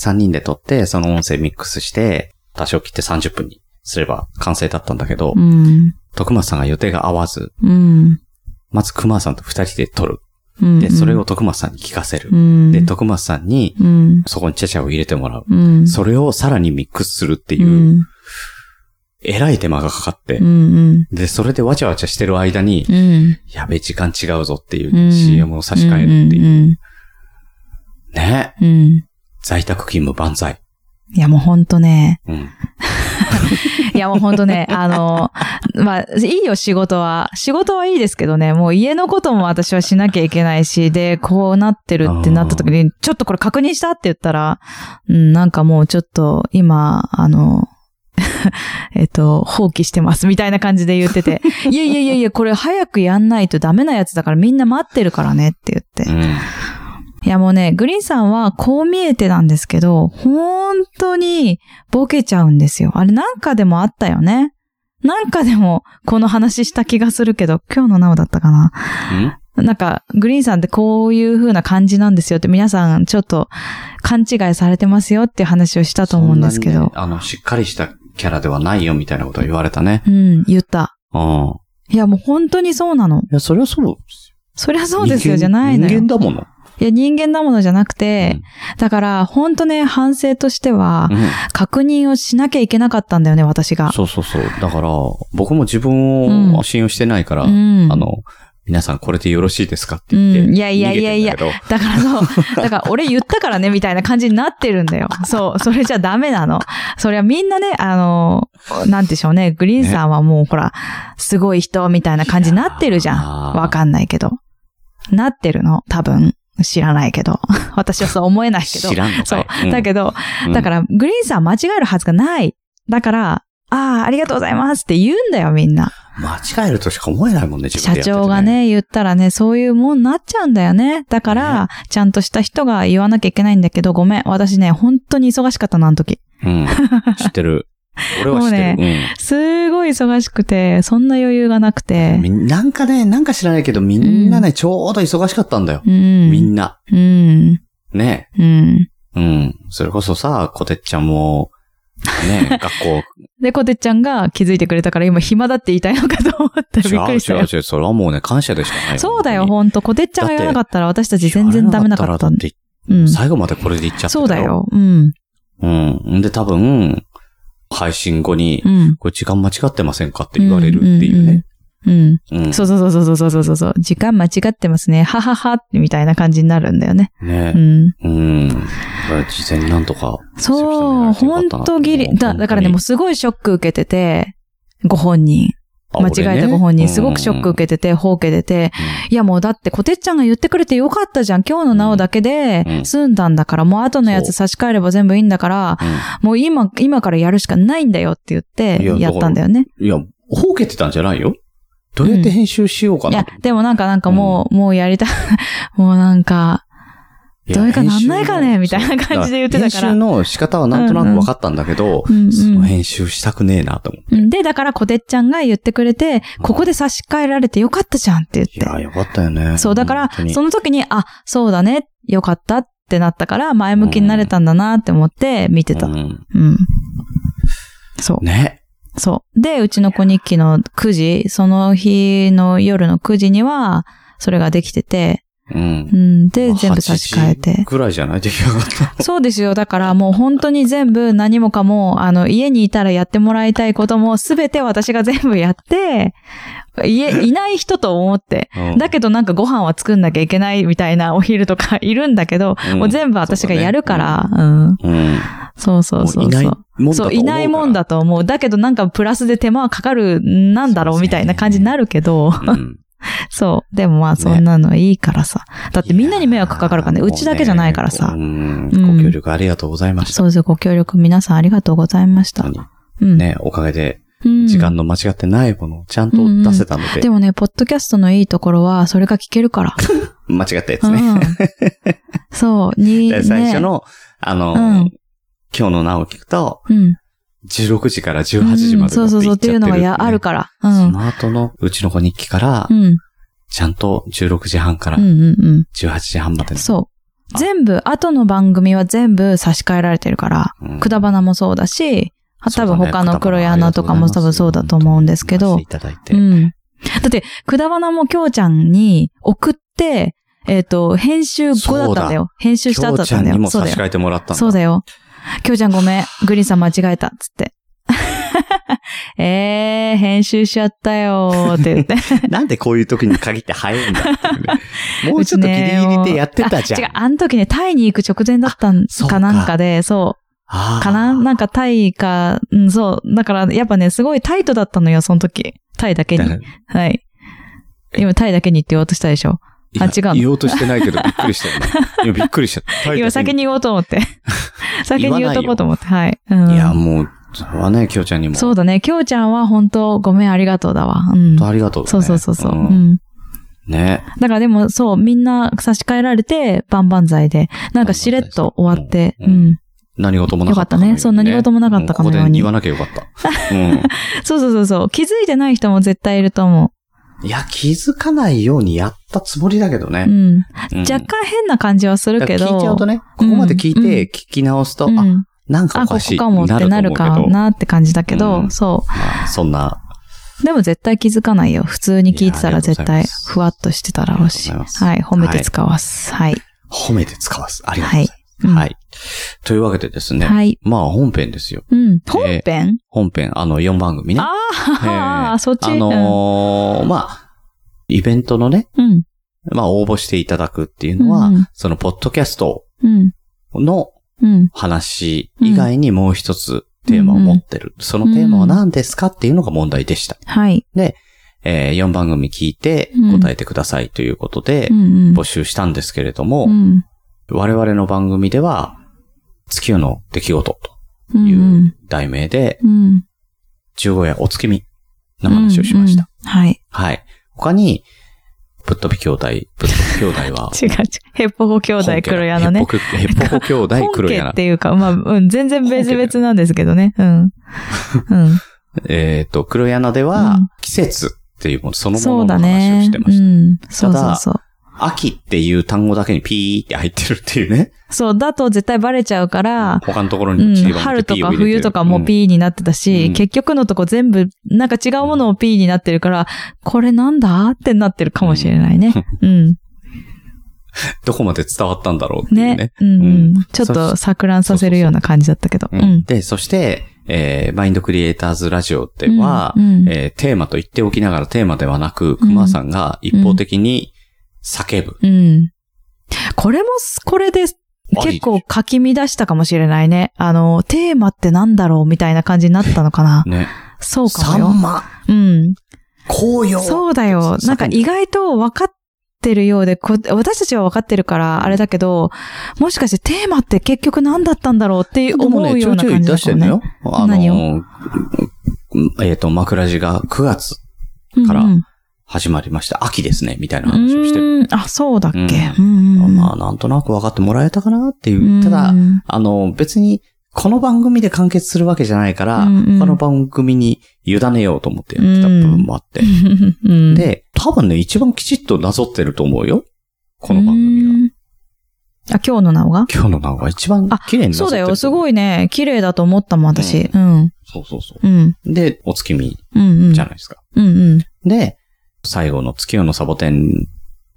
[SPEAKER 1] 3人で撮って、その音声ミックスして、多少切って30分にすれば完成だったんだけど、
[SPEAKER 2] うん。
[SPEAKER 1] 徳松さんが予定が合わず、
[SPEAKER 2] うん。
[SPEAKER 1] まず熊さんと2人で撮る。
[SPEAKER 2] うん。
[SPEAKER 1] で、それを徳松さんに聞かせる
[SPEAKER 2] う。ん。
[SPEAKER 1] で、徳松さんに、
[SPEAKER 2] うん。
[SPEAKER 1] そこにチャチャを入れてもらう。
[SPEAKER 2] うん。
[SPEAKER 1] それをさらにミックスするって
[SPEAKER 2] う
[SPEAKER 1] いう、
[SPEAKER 2] ん。
[SPEAKER 1] えらい手間がかかって
[SPEAKER 2] う、ん。
[SPEAKER 1] で、それでわちゃわちゃしてる間に、
[SPEAKER 2] うん。
[SPEAKER 1] やべ、時間違うぞっていうう CM を差し替えるっていう。
[SPEAKER 2] う。
[SPEAKER 1] ね。
[SPEAKER 2] うんうんうん
[SPEAKER 1] 在宅勤務万歳。
[SPEAKER 2] いやもうほんとね。
[SPEAKER 1] うん。
[SPEAKER 2] いやもうほんとね。あの、まあ、いいよ仕事は。仕事はいいですけどね。もう家のことも私はしなきゃいけないし、で、こうなってるってなった時に、ちょっとこれ確認したって言ったら、うん、なんかもうちょっと今、あの、 えっと、放棄してます、みたいな感じで言ってて、いやいやいやいや、これ早くやんないとダメなやつだからみんな待ってるからねって言って
[SPEAKER 1] う。ん。
[SPEAKER 2] いやもうね、グリーンさんはこう見えてなんですけど、本当にボケちゃうんですよ。あれなんかでもあったよね。なんかでもこの話した気がするけど、今日のなおだったかな。
[SPEAKER 1] うん
[SPEAKER 2] なんか、グリーンさんってこういう風な感じなんですよって皆さんちょっと勘違いされてますよっていう話をしたと思うんですけ
[SPEAKER 1] そな
[SPEAKER 2] ど
[SPEAKER 1] にね。あの、しっかりしたキャラではないよみたいなことを言われたね。
[SPEAKER 2] うん、言った。
[SPEAKER 1] うん。い
[SPEAKER 2] いやもう本当にそうなの。
[SPEAKER 1] や、それはそうです
[SPEAKER 2] そりゃ
[SPEAKER 1] よ。
[SPEAKER 2] そうですよじゃないのよ。
[SPEAKER 1] 人間人間だもの。
[SPEAKER 2] いや人間なものじゃなくて、だから本当ね、反省としては、
[SPEAKER 1] うん。
[SPEAKER 2] 確認をしなきゃいけなかったんだよね、私が。
[SPEAKER 1] そうそうそう。だから、僕も自分
[SPEAKER 2] う
[SPEAKER 1] を
[SPEAKER 2] ん
[SPEAKER 1] 信用してないから、
[SPEAKER 2] うん
[SPEAKER 1] あの、皆さんこれでよろしいですかって言って。
[SPEAKER 2] うんいやいやいやいや
[SPEAKER 1] 逃げてんだ
[SPEAKER 2] だからそう、だから俺言ったからね、みたいな感じになってるんだ よ。そう、それじゃダメなの。そりゃみんなね、あの、なんでしょうね、グリーンさんはもうほら、すごい人みたいな感じになってるじゃ
[SPEAKER 1] いや
[SPEAKER 2] ん。
[SPEAKER 1] ー
[SPEAKER 2] わかんないけど。なってるの、多分。知らないけど。 私はそう思えない
[SPEAKER 1] け
[SPEAKER 2] け
[SPEAKER 1] ど
[SPEAKER 2] ど。
[SPEAKER 1] 知らんの
[SPEAKER 2] そ
[SPEAKER 1] か
[SPEAKER 2] う
[SPEAKER 1] い。。
[SPEAKER 2] だけど、
[SPEAKER 1] うん
[SPEAKER 2] だから、グリーンさん間違えるはずがない。だから、ああ、ありがとうございますって言うんだよ、みんな。
[SPEAKER 1] 間違えるとしか思えないもんね、自分
[SPEAKER 2] 社
[SPEAKER 1] でやってて
[SPEAKER 2] 長が。ね、言ったらね、そういうもんなっちゃうんだよね。だから、ちゃんとした人が言わなきゃいけないんだけど、ごめん。私ね、本当に忙しかったの、あの時。
[SPEAKER 1] うん。知って る。俺は知ってる。
[SPEAKER 2] すごい忙しくて、そんな余裕がなく
[SPEAKER 1] うん
[SPEAKER 2] て。
[SPEAKER 1] みんなんかね、なんか知らないけど、みんなね、ちょうど忙しかったんだよ。
[SPEAKER 2] うん。
[SPEAKER 1] みんな。
[SPEAKER 2] うん。
[SPEAKER 1] ね。
[SPEAKER 2] うん。
[SPEAKER 1] うん。それこそさ、こてっちゃんも、 ね、学校、
[SPEAKER 2] で、コテちゃんが気づいてくれたから今暇だって言いたいのかと思った らびっく
[SPEAKER 1] 違う
[SPEAKER 2] りした
[SPEAKER 1] 違
[SPEAKER 2] よ
[SPEAKER 1] う。違う、それはもうね、感謝でしかないよ。
[SPEAKER 2] そうだよ、
[SPEAKER 1] 本
[SPEAKER 2] ほんと。コテちゃんが言わなかったら私た
[SPEAKER 1] 当
[SPEAKER 2] ち
[SPEAKER 1] に
[SPEAKER 2] 全然ダメなかった
[SPEAKER 1] やら
[SPEAKER 2] ん
[SPEAKER 1] なら
[SPEAKER 2] で。
[SPEAKER 1] だ
[SPEAKER 2] う
[SPEAKER 1] っ
[SPEAKER 2] ん
[SPEAKER 1] て。最後までこれでいっちゃってた
[SPEAKER 2] そうだ。よ。うん。
[SPEAKER 1] うん。んで、多分、配信後に
[SPEAKER 2] う、ん。
[SPEAKER 1] これ時間間違ってませんかって言われるっていうね。
[SPEAKER 2] うん。
[SPEAKER 1] うん。
[SPEAKER 2] そうそうそうそうそうそうそうそう。時間間違ってますね。ははは、みたいな感じになるんだよね。
[SPEAKER 1] ね
[SPEAKER 2] う。ん。
[SPEAKER 1] うん。だから事前になんとか。
[SPEAKER 2] そう、
[SPEAKER 1] セレクト狙えてよか
[SPEAKER 2] 本
[SPEAKER 1] ったな
[SPEAKER 2] 当ギリ。だ、だからね、もうすごいショック受けてて、ご本人。
[SPEAKER 1] あ
[SPEAKER 2] 間違えたご本人、すごくショッ
[SPEAKER 1] 俺
[SPEAKER 2] ク
[SPEAKER 1] ね
[SPEAKER 2] 受けてて、ほうけてて、いやもうだって、こてっちゃんが言ってくれてよかったじゃん。今日のなおだけで
[SPEAKER 1] うん
[SPEAKER 2] 済んだんだから、もう後のやつ差し替えれば全部いいんだから、
[SPEAKER 1] うん
[SPEAKER 2] もう今、今からやるしかないんだよって言っ
[SPEAKER 1] いや
[SPEAKER 2] て、やったんだよね。
[SPEAKER 1] うんいや、ほうけてたんじゃないよ。どうやって編集しようか
[SPEAKER 2] い
[SPEAKER 1] な
[SPEAKER 2] や
[SPEAKER 1] と思っ、て。
[SPEAKER 2] でもなんかなんかもう、もうやりたい。 もうなんか、
[SPEAKER 1] いや
[SPEAKER 2] どうにかなんない
[SPEAKER 1] 編集の
[SPEAKER 2] かねみたいな感じで言ってたから
[SPEAKER 1] そう編集の仕方はなんとなく分かったんだけど、
[SPEAKER 2] うんうん
[SPEAKER 1] その編集したくねえなと思って。
[SPEAKER 2] うんで、だからこてっちゃんが言ってくれて、ここで差し替えられてよかったじゃんって言っ
[SPEAKER 1] い
[SPEAKER 2] て。
[SPEAKER 1] や、よかったよね。
[SPEAKER 2] そう、だから
[SPEAKER 1] 本当、に
[SPEAKER 2] その時に、あ、そうだね、よかったってなったから、前向きになれたんだなって思って見てた。
[SPEAKER 1] う
[SPEAKER 2] うん。
[SPEAKER 1] ん
[SPEAKER 2] そ
[SPEAKER 1] ね。
[SPEAKER 2] う、そう。で、うちの子日記の9時、その日の夜の9時には、それができてて、
[SPEAKER 1] うん
[SPEAKER 2] う。ん、で、
[SPEAKER 1] まあ
[SPEAKER 2] 全部差し替え
[SPEAKER 1] 8時
[SPEAKER 2] て。
[SPEAKER 1] ぐらいじゃない出来上がった
[SPEAKER 2] そうですよ。だからもう本当に全部何もかも、あの、家にいたらやってもらいたいこともすべて私が全部やって、 家、いない人と思って、
[SPEAKER 1] の。
[SPEAKER 2] だけどなんかご飯は作んなきゃいけないみたいなお昼とかいるんだけど、
[SPEAKER 1] うん
[SPEAKER 2] もう全部私がやるから、うん。
[SPEAKER 1] ど、うん。
[SPEAKER 2] そうそうそうそ
[SPEAKER 1] もういな
[SPEAKER 2] う。
[SPEAKER 1] いもんだと思うから
[SPEAKER 2] そう、いないもんだと思う。だけどなんかプラスで手間はかかる、なんだろ
[SPEAKER 1] そううで
[SPEAKER 2] み
[SPEAKER 1] すね
[SPEAKER 2] たいな感じになるけど、
[SPEAKER 1] うん。
[SPEAKER 2] そう。でもまあそんなのいいからさ。だってみんなに迷惑かかるからね。うちだけじゃないからさ
[SPEAKER 1] う。ん。
[SPEAKER 2] うん
[SPEAKER 1] ご協力ありがとうございました。
[SPEAKER 2] そうですよ。ご協力皆さんありがとうございました。
[SPEAKER 1] 本当に
[SPEAKER 2] うん。
[SPEAKER 1] ね、おかげで、
[SPEAKER 2] うん
[SPEAKER 1] 時間の間違ってないものをちゃんと出せたので
[SPEAKER 2] で、もね、ポッドキャストのいいところは、それが聞けるから。
[SPEAKER 1] 間違ったや
[SPEAKER 2] う
[SPEAKER 1] つね。
[SPEAKER 2] ん。 そう、に、
[SPEAKER 1] で最初
[SPEAKER 2] ね、
[SPEAKER 1] の、あの、
[SPEAKER 2] うん
[SPEAKER 1] 今日の名を聞くと、
[SPEAKER 2] うん。
[SPEAKER 1] 16時から18時まで
[SPEAKER 2] う
[SPEAKER 1] だ
[SPEAKER 2] ん
[SPEAKER 1] って
[SPEAKER 2] そうそ
[SPEAKER 1] 言
[SPEAKER 2] うそう、
[SPEAKER 1] っ
[SPEAKER 2] っ
[SPEAKER 1] ち
[SPEAKER 2] てい
[SPEAKER 1] ゃ
[SPEAKER 2] う
[SPEAKER 1] って
[SPEAKER 2] の
[SPEAKER 1] る
[SPEAKER 2] が
[SPEAKER 1] ね
[SPEAKER 2] やあるから。う
[SPEAKER 1] そ
[SPEAKER 2] ん。
[SPEAKER 1] の後のうちの子日記から
[SPEAKER 2] う、ん。
[SPEAKER 1] ちゃんと16時半から
[SPEAKER 2] うんうん
[SPEAKER 1] 18時半まで
[SPEAKER 2] うん。
[SPEAKER 1] の、
[SPEAKER 2] そう。全部、後の番組は全部差し替えられてるから、
[SPEAKER 1] うん
[SPEAKER 2] くだばなもそうだし、あ
[SPEAKER 1] そ
[SPEAKER 2] 多
[SPEAKER 1] うだ
[SPEAKER 2] 分
[SPEAKER 1] ね
[SPEAKER 2] 他の黒柳とかも多分そうだと思うんですけど
[SPEAKER 1] い、ただいて。
[SPEAKER 2] うん。だって、くだばなもきょうちゃんに送って、えっ、と、編集後だったんだよ。編集した後
[SPEAKER 1] 京
[SPEAKER 2] だっ
[SPEAKER 1] ち
[SPEAKER 2] た
[SPEAKER 1] ゃ
[SPEAKER 2] ん
[SPEAKER 1] ん
[SPEAKER 2] だ
[SPEAKER 1] に
[SPEAKER 2] よ。
[SPEAKER 1] も
[SPEAKER 2] そう
[SPEAKER 1] 差
[SPEAKER 2] だ
[SPEAKER 1] し
[SPEAKER 2] よ。
[SPEAKER 1] 替えてもらったんだ。
[SPEAKER 2] そうだよ。きょうちゃんごめん。グリーンさん間違えた。つって。 えー、編集しちゃったよーって言って。
[SPEAKER 1] なんでこういう時に限って早いんだっていうね もうちょっとギリギリでやってたじゃん。
[SPEAKER 2] 違う、あの時ね、タイに行く直前だったん
[SPEAKER 1] そうか
[SPEAKER 2] かなんかで、そ
[SPEAKER 1] あ
[SPEAKER 2] う。
[SPEAKER 1] ー
[SPEAKER 2] かななんかタイか、うん、そう。だから、やっぱね、すごいタイトだったのよ、その時。タイだけに。はい。今、タイだけにって言おうとしたでしょ。
[SPEAKER 1] いや
[SPEAKER 2] あ違うの
[SPEAKER 1] 言おうとしてないけど、びっくりしたよね。いやびっくりしちゃった。
[SPEAKER 2] 今、先に言おうと 思って。先に言っとこうと思って。はい。う
[SPEAKER 1] い
[SPEAKER 2] ん、
[SPEAKER 1] や、もう、それはね、きょうちゃんにも。
[SPEAKER 2] そうだね。きょうちゃんは本当ごめん、ありがとうだわ。う
[SPEAKER 1] 本
[SPEAKER 2] ん。
[SPEAKER 1] 当ありがとうだね。
[SPEAKER 2] そうそうそうそう、うんん。
[SPEAKER 1] ね。
[SPEAKER 2] だからでも、そう、みんな差し替えられて、万々歳で、なんかしれっと終わって、
[SPEAKER 1] 万々歳
[SPEAKER 2] うん。
[SPEAKER 1] 何事もなかったのように。
[SPEAKER 2] よかったねそう何事もなかったかのように
[SPEAKER 1] もここで言わなきゃよかった。う
[SPEAKER 2] そうそうそうそう。気づいてない人も絶対いると思
[SPEAKER 1] ん。いや、気づかないようにやったつもりだけど
[SPEAKER 2] う。う
[SPEAKER 1] ね。
[SPEAKER 2] ん。
[SPEAKER 1] うん
[SPEAKER 2] 若干変な感じはする
[SPEAKER 1] だか
[SPEAKER 2] け
[SPEAKER 1] ら
[SPEAKER 2] ど。
[SPEAKER 1] 聞いちゃうとね、ここまで聞い
[SPEAKER 2] うん
[SPEAKER 1] て、聞き直すと、
[SPEAKER 2] う
[SPEAKER 1] あ、
[SPEAKER 2] ん。
[SPEAKER 1] なんか
[SPEAKER 2] あ、
[SPEAKER 1] お
[SPEAKER 2] こ
[SPEAKER 1] かし
[SPEAKER 2] こ
[SPEAKER 1] い。
[SPEAKER 2] かもってなる
[SPEAKER 1] と思う
[SPEAKER 2] か
[SPEAKER 1] けど
[SPEAKER 2] なって感じだけど、
[SPEAKER 1] うん
[SPEAKER 2] そ
[SPEAKER 1] まあそんな、
[SPEAKER 2] う。でも絶対気づかないよ。普通に聞いてた
[SPEAKER 1] いやあ
[SPEAKER 2] ら
[SPEAKER 1] りがとう
[SPEAKER 2] 絶
[SPEAKER 1] ござい
[SPEAKER 2] 対
[SPEAKER 1] ます
[SPEAKER 2] ふわっとしてたらろうし。
[SPEAKER 1] ありがとうござ
[SPEAKER 2] はい。褒めて使わす。はい。
[SPEAKER 1] 褒めて使わす。ありがとうございます。
[SPEAKER 2] はい
[SPEAKER 1] はい。というわけでですね。
[SPEAKER 2] はい。
[SPEAKER 1] まあ、本編ですよ。
[SPEAKER 2] うん。本編
[SPEAKER 1] 本編、あの、4番組ね。
[SPEAKER 2] あ
[SPEAKER 1] え
[SPEAKER 2] あ
[SPEAKER 1] ー
[SPEAKER 2] ー、そっち。
[SPEAKER 1] あのーまあ、イベントのね、
[SPEAKER 2] うん。
[SPEAKER 1] まあ、応募していただくっていうのは、
[SPEAKER 2] うんうん
[SPEAKER 1] その、ポッドキャスト
[SPEAKER 2] うん。
[SPEAKER 1] の
[SPEAKER 2] うん。
[SPEAKER 1] 話以外にもう一つテーマを持ってる。そのテーマは何ですかっていうのが問題でした。
[SPEAKER 2] はい。
[SPEAKER 1] え4番組聞いて
[SPEAKER 2] うん
[SPEAKER 1] 答えてくださいということで
[SPEAKER 2] うんうん
[SPEAKER 1] 募集したんですけれども、
[SPEAKER 2] うん。
[SPEAKER 1] 我々の番組では、月夜の出来事
[SPEAKER 2] う
[SPEAKER 1] とい
[SPEAKER 2] ん
[SPEAKER 1] う題名で、
[SPEAKER 2] うん。
[SPEAKER 1] 十五夜お月見の話をしました。
[SPEAKER 2] うん。うんはい。、
[SPEAKER 1] はい。他に、ぶっ飛び兄弟、ぶっ飛び兄弟は
[SPEAKER 2] 違う違う。ヘッポコ 兄弟黒柳ね。
[SPEAKER 1] 本家だ。ヘッポコヘッポコ兄弟黒
[SPEAKER 2] 本家っ
[SPEAKER 1] 柳。
[SPEAKER 2] ていうか、まあ、うん、全然別
[SPEAKER 1] 本家だよ
[SPEAKER 2] 々なんですけどね。うん。 うん。
[SPEAKER 1] えっ、と、黒柳で
[SPEAKER 2] う
[SPEAKER 1] は
[SPEAKER 2] ん、
[SPEAKER 1] 季節っていうもの、その
[SPEAKER 2] そ
[SPEAKER 1] も
[SPEAKER 2] う
[SPEAKER 1] の
[SPEAKER 2] だ
[SPEAKER 1] の話を
[SPEAKER 2] ね
[SPEAKER 1] して。ま
[SPEAKER 2] う
[SPEAKER 1] した。
[SPEAKER 2] ん。そうそうそう。
[SPEAKER 1] 秋っていう単語だけにピーって入ってるっていうね。
[SPEAKER 2] そう、だと絶対バレちゃうから、
[SPEAKER 1] 他のところ
[SPEAKER 2] う
[SPEAKER 1] に
[SPEAKER 2] ん
[SPEAKER 1] ち、りばめ
[SPEAKER 2] 春
[SPEAKER 1] て
[SPEAKER 2] と
[SPEAKER 1] ピー
[SPEAKER 2] か
[SPEAKER 1] を入れてる
[SPEAKER 2] 冬とかも
[SPEAKER 1] うん
[SPEAKER 2] P になってた
[SPEAKER 1] う
[SPEAKER 2] し、
[SPEAKER 1] ん
[SPEAKER 2] 結局のとこ全部、なんか違うものを P になってるから、これなんだってなってるかもしれないね。うん。
[SPEAKER 1] どこまで伝わったんだろうっていうね。
[SPEAKER 2] ね。うんうん。ちょっ
[SPEAKER 1] そ
[SPEAKER 2] と錯乱させるような感じだったけど。
[SPEAKER 1] う
[SPEAKER 2] うんん。
[SPEAKER 1] で、そして、えーマインドクリエイターズラジオでは、
[SPEAKER 2] うんうん
[SPEAKER 1] えーテーマと言っておきながらテーマではなく、熊さんが一方的に叫ぶ。。
[SPEAKER 2] うん。これもす、これで、結構書き乱したかもしれないね。あの、テーマってなんだろうみたいな感じになったのかな
[SPEAKER 1] ね。
[SPEAKER 2] そうか
[SPEAKER 1] サ
[SPEAKER 2] もよ
[SPEAKER 1] ン。マ、
[SPEAKER 2] うん。
[SPEAKER 1] 紅葉。
[SPEAKER 2] そうだよ。なんか意外と分かってるようで、こ私たちは分かってるから、あれだけど、もしかしてテーマって結局何だったんだろうって
[SPEAKER 1] で
[SPEAKER 2] 思
[SPEAKER 1] も
[SPEAKER 2] う
[SPEAKER 1] ね、ち
[SPEAKER 2] よ
[SPEAKER 1] ょ
[SPEAKER 2] う
[SPEAKER 1] い
[SPEAKER 2] な
[SPEAKER 1] ちょ
[SPEAKER 2] 感
[SPEAKER 1] い
[SPEAKER 2] じだ
[SPEAKER 1] 出
[SPEAKER 2] っ
[SPEAKER 1] して
[SPEAKER 2] た
[SPEAKER 1] んだ
[SPEAKER 2] ね
[SPEAKER 1] よ。。あ
[SPEAKER 2] 何
[SPEAKER 1] の、えっ、と、枕地が9月から
[SPEAKER 2] うんうん
[SPEAKER 1] 始まりました。秋ですね、みたいな話をしてる。
[SPEAKER 2] うーんあ、そうだっけ。
[SPEAKER 1] う
[SPEAKER 2] うんうんうん
[SPEAKER 1] まあ、なんとなく分かってもらえたかなって
[SPEAKER 2] う
[SPEAKER 1] い
[SPEAKER 2] ん
[SPEAKER 1] う。ただ、あの、別に、この番組で完結するわけじゃないから、
[SPEAKER 2] うんうん
[SPEAKER 1] 他の番組に委ねようと思ってやってた部分もあって。
[SPEAKER 2] うん、
[SPEAKER 1] で、多分ね、一番きちっとなぞってると思うよ。この番組が。
[SPEAKER 2] 組が。あ、今日のなおが
[SPEAKER 1] 今日の名が一番綺麗になぞっ
[SPEAKER 2] そう
[SPEAKER 1] て
[SPEAKER 2] だ
[SPEAKER 1] る。
[SPEAKER 2] よ。す
[SPEAKER 1] い。
[SPEAKER 2] ごいね、綺麗だと思ったもん、私。うん。
[SPEAKER 1] そうそうそう。
[SPEAKER 2] うん。
[SPEAKER 1] で、お月見
[SPEAKER 2] うん。うん。
[SPEAKER 1] じゃないですか。
[SPEAKER 2] うんうん。
[SPEAKER 1] で、最後の月夜のサボテン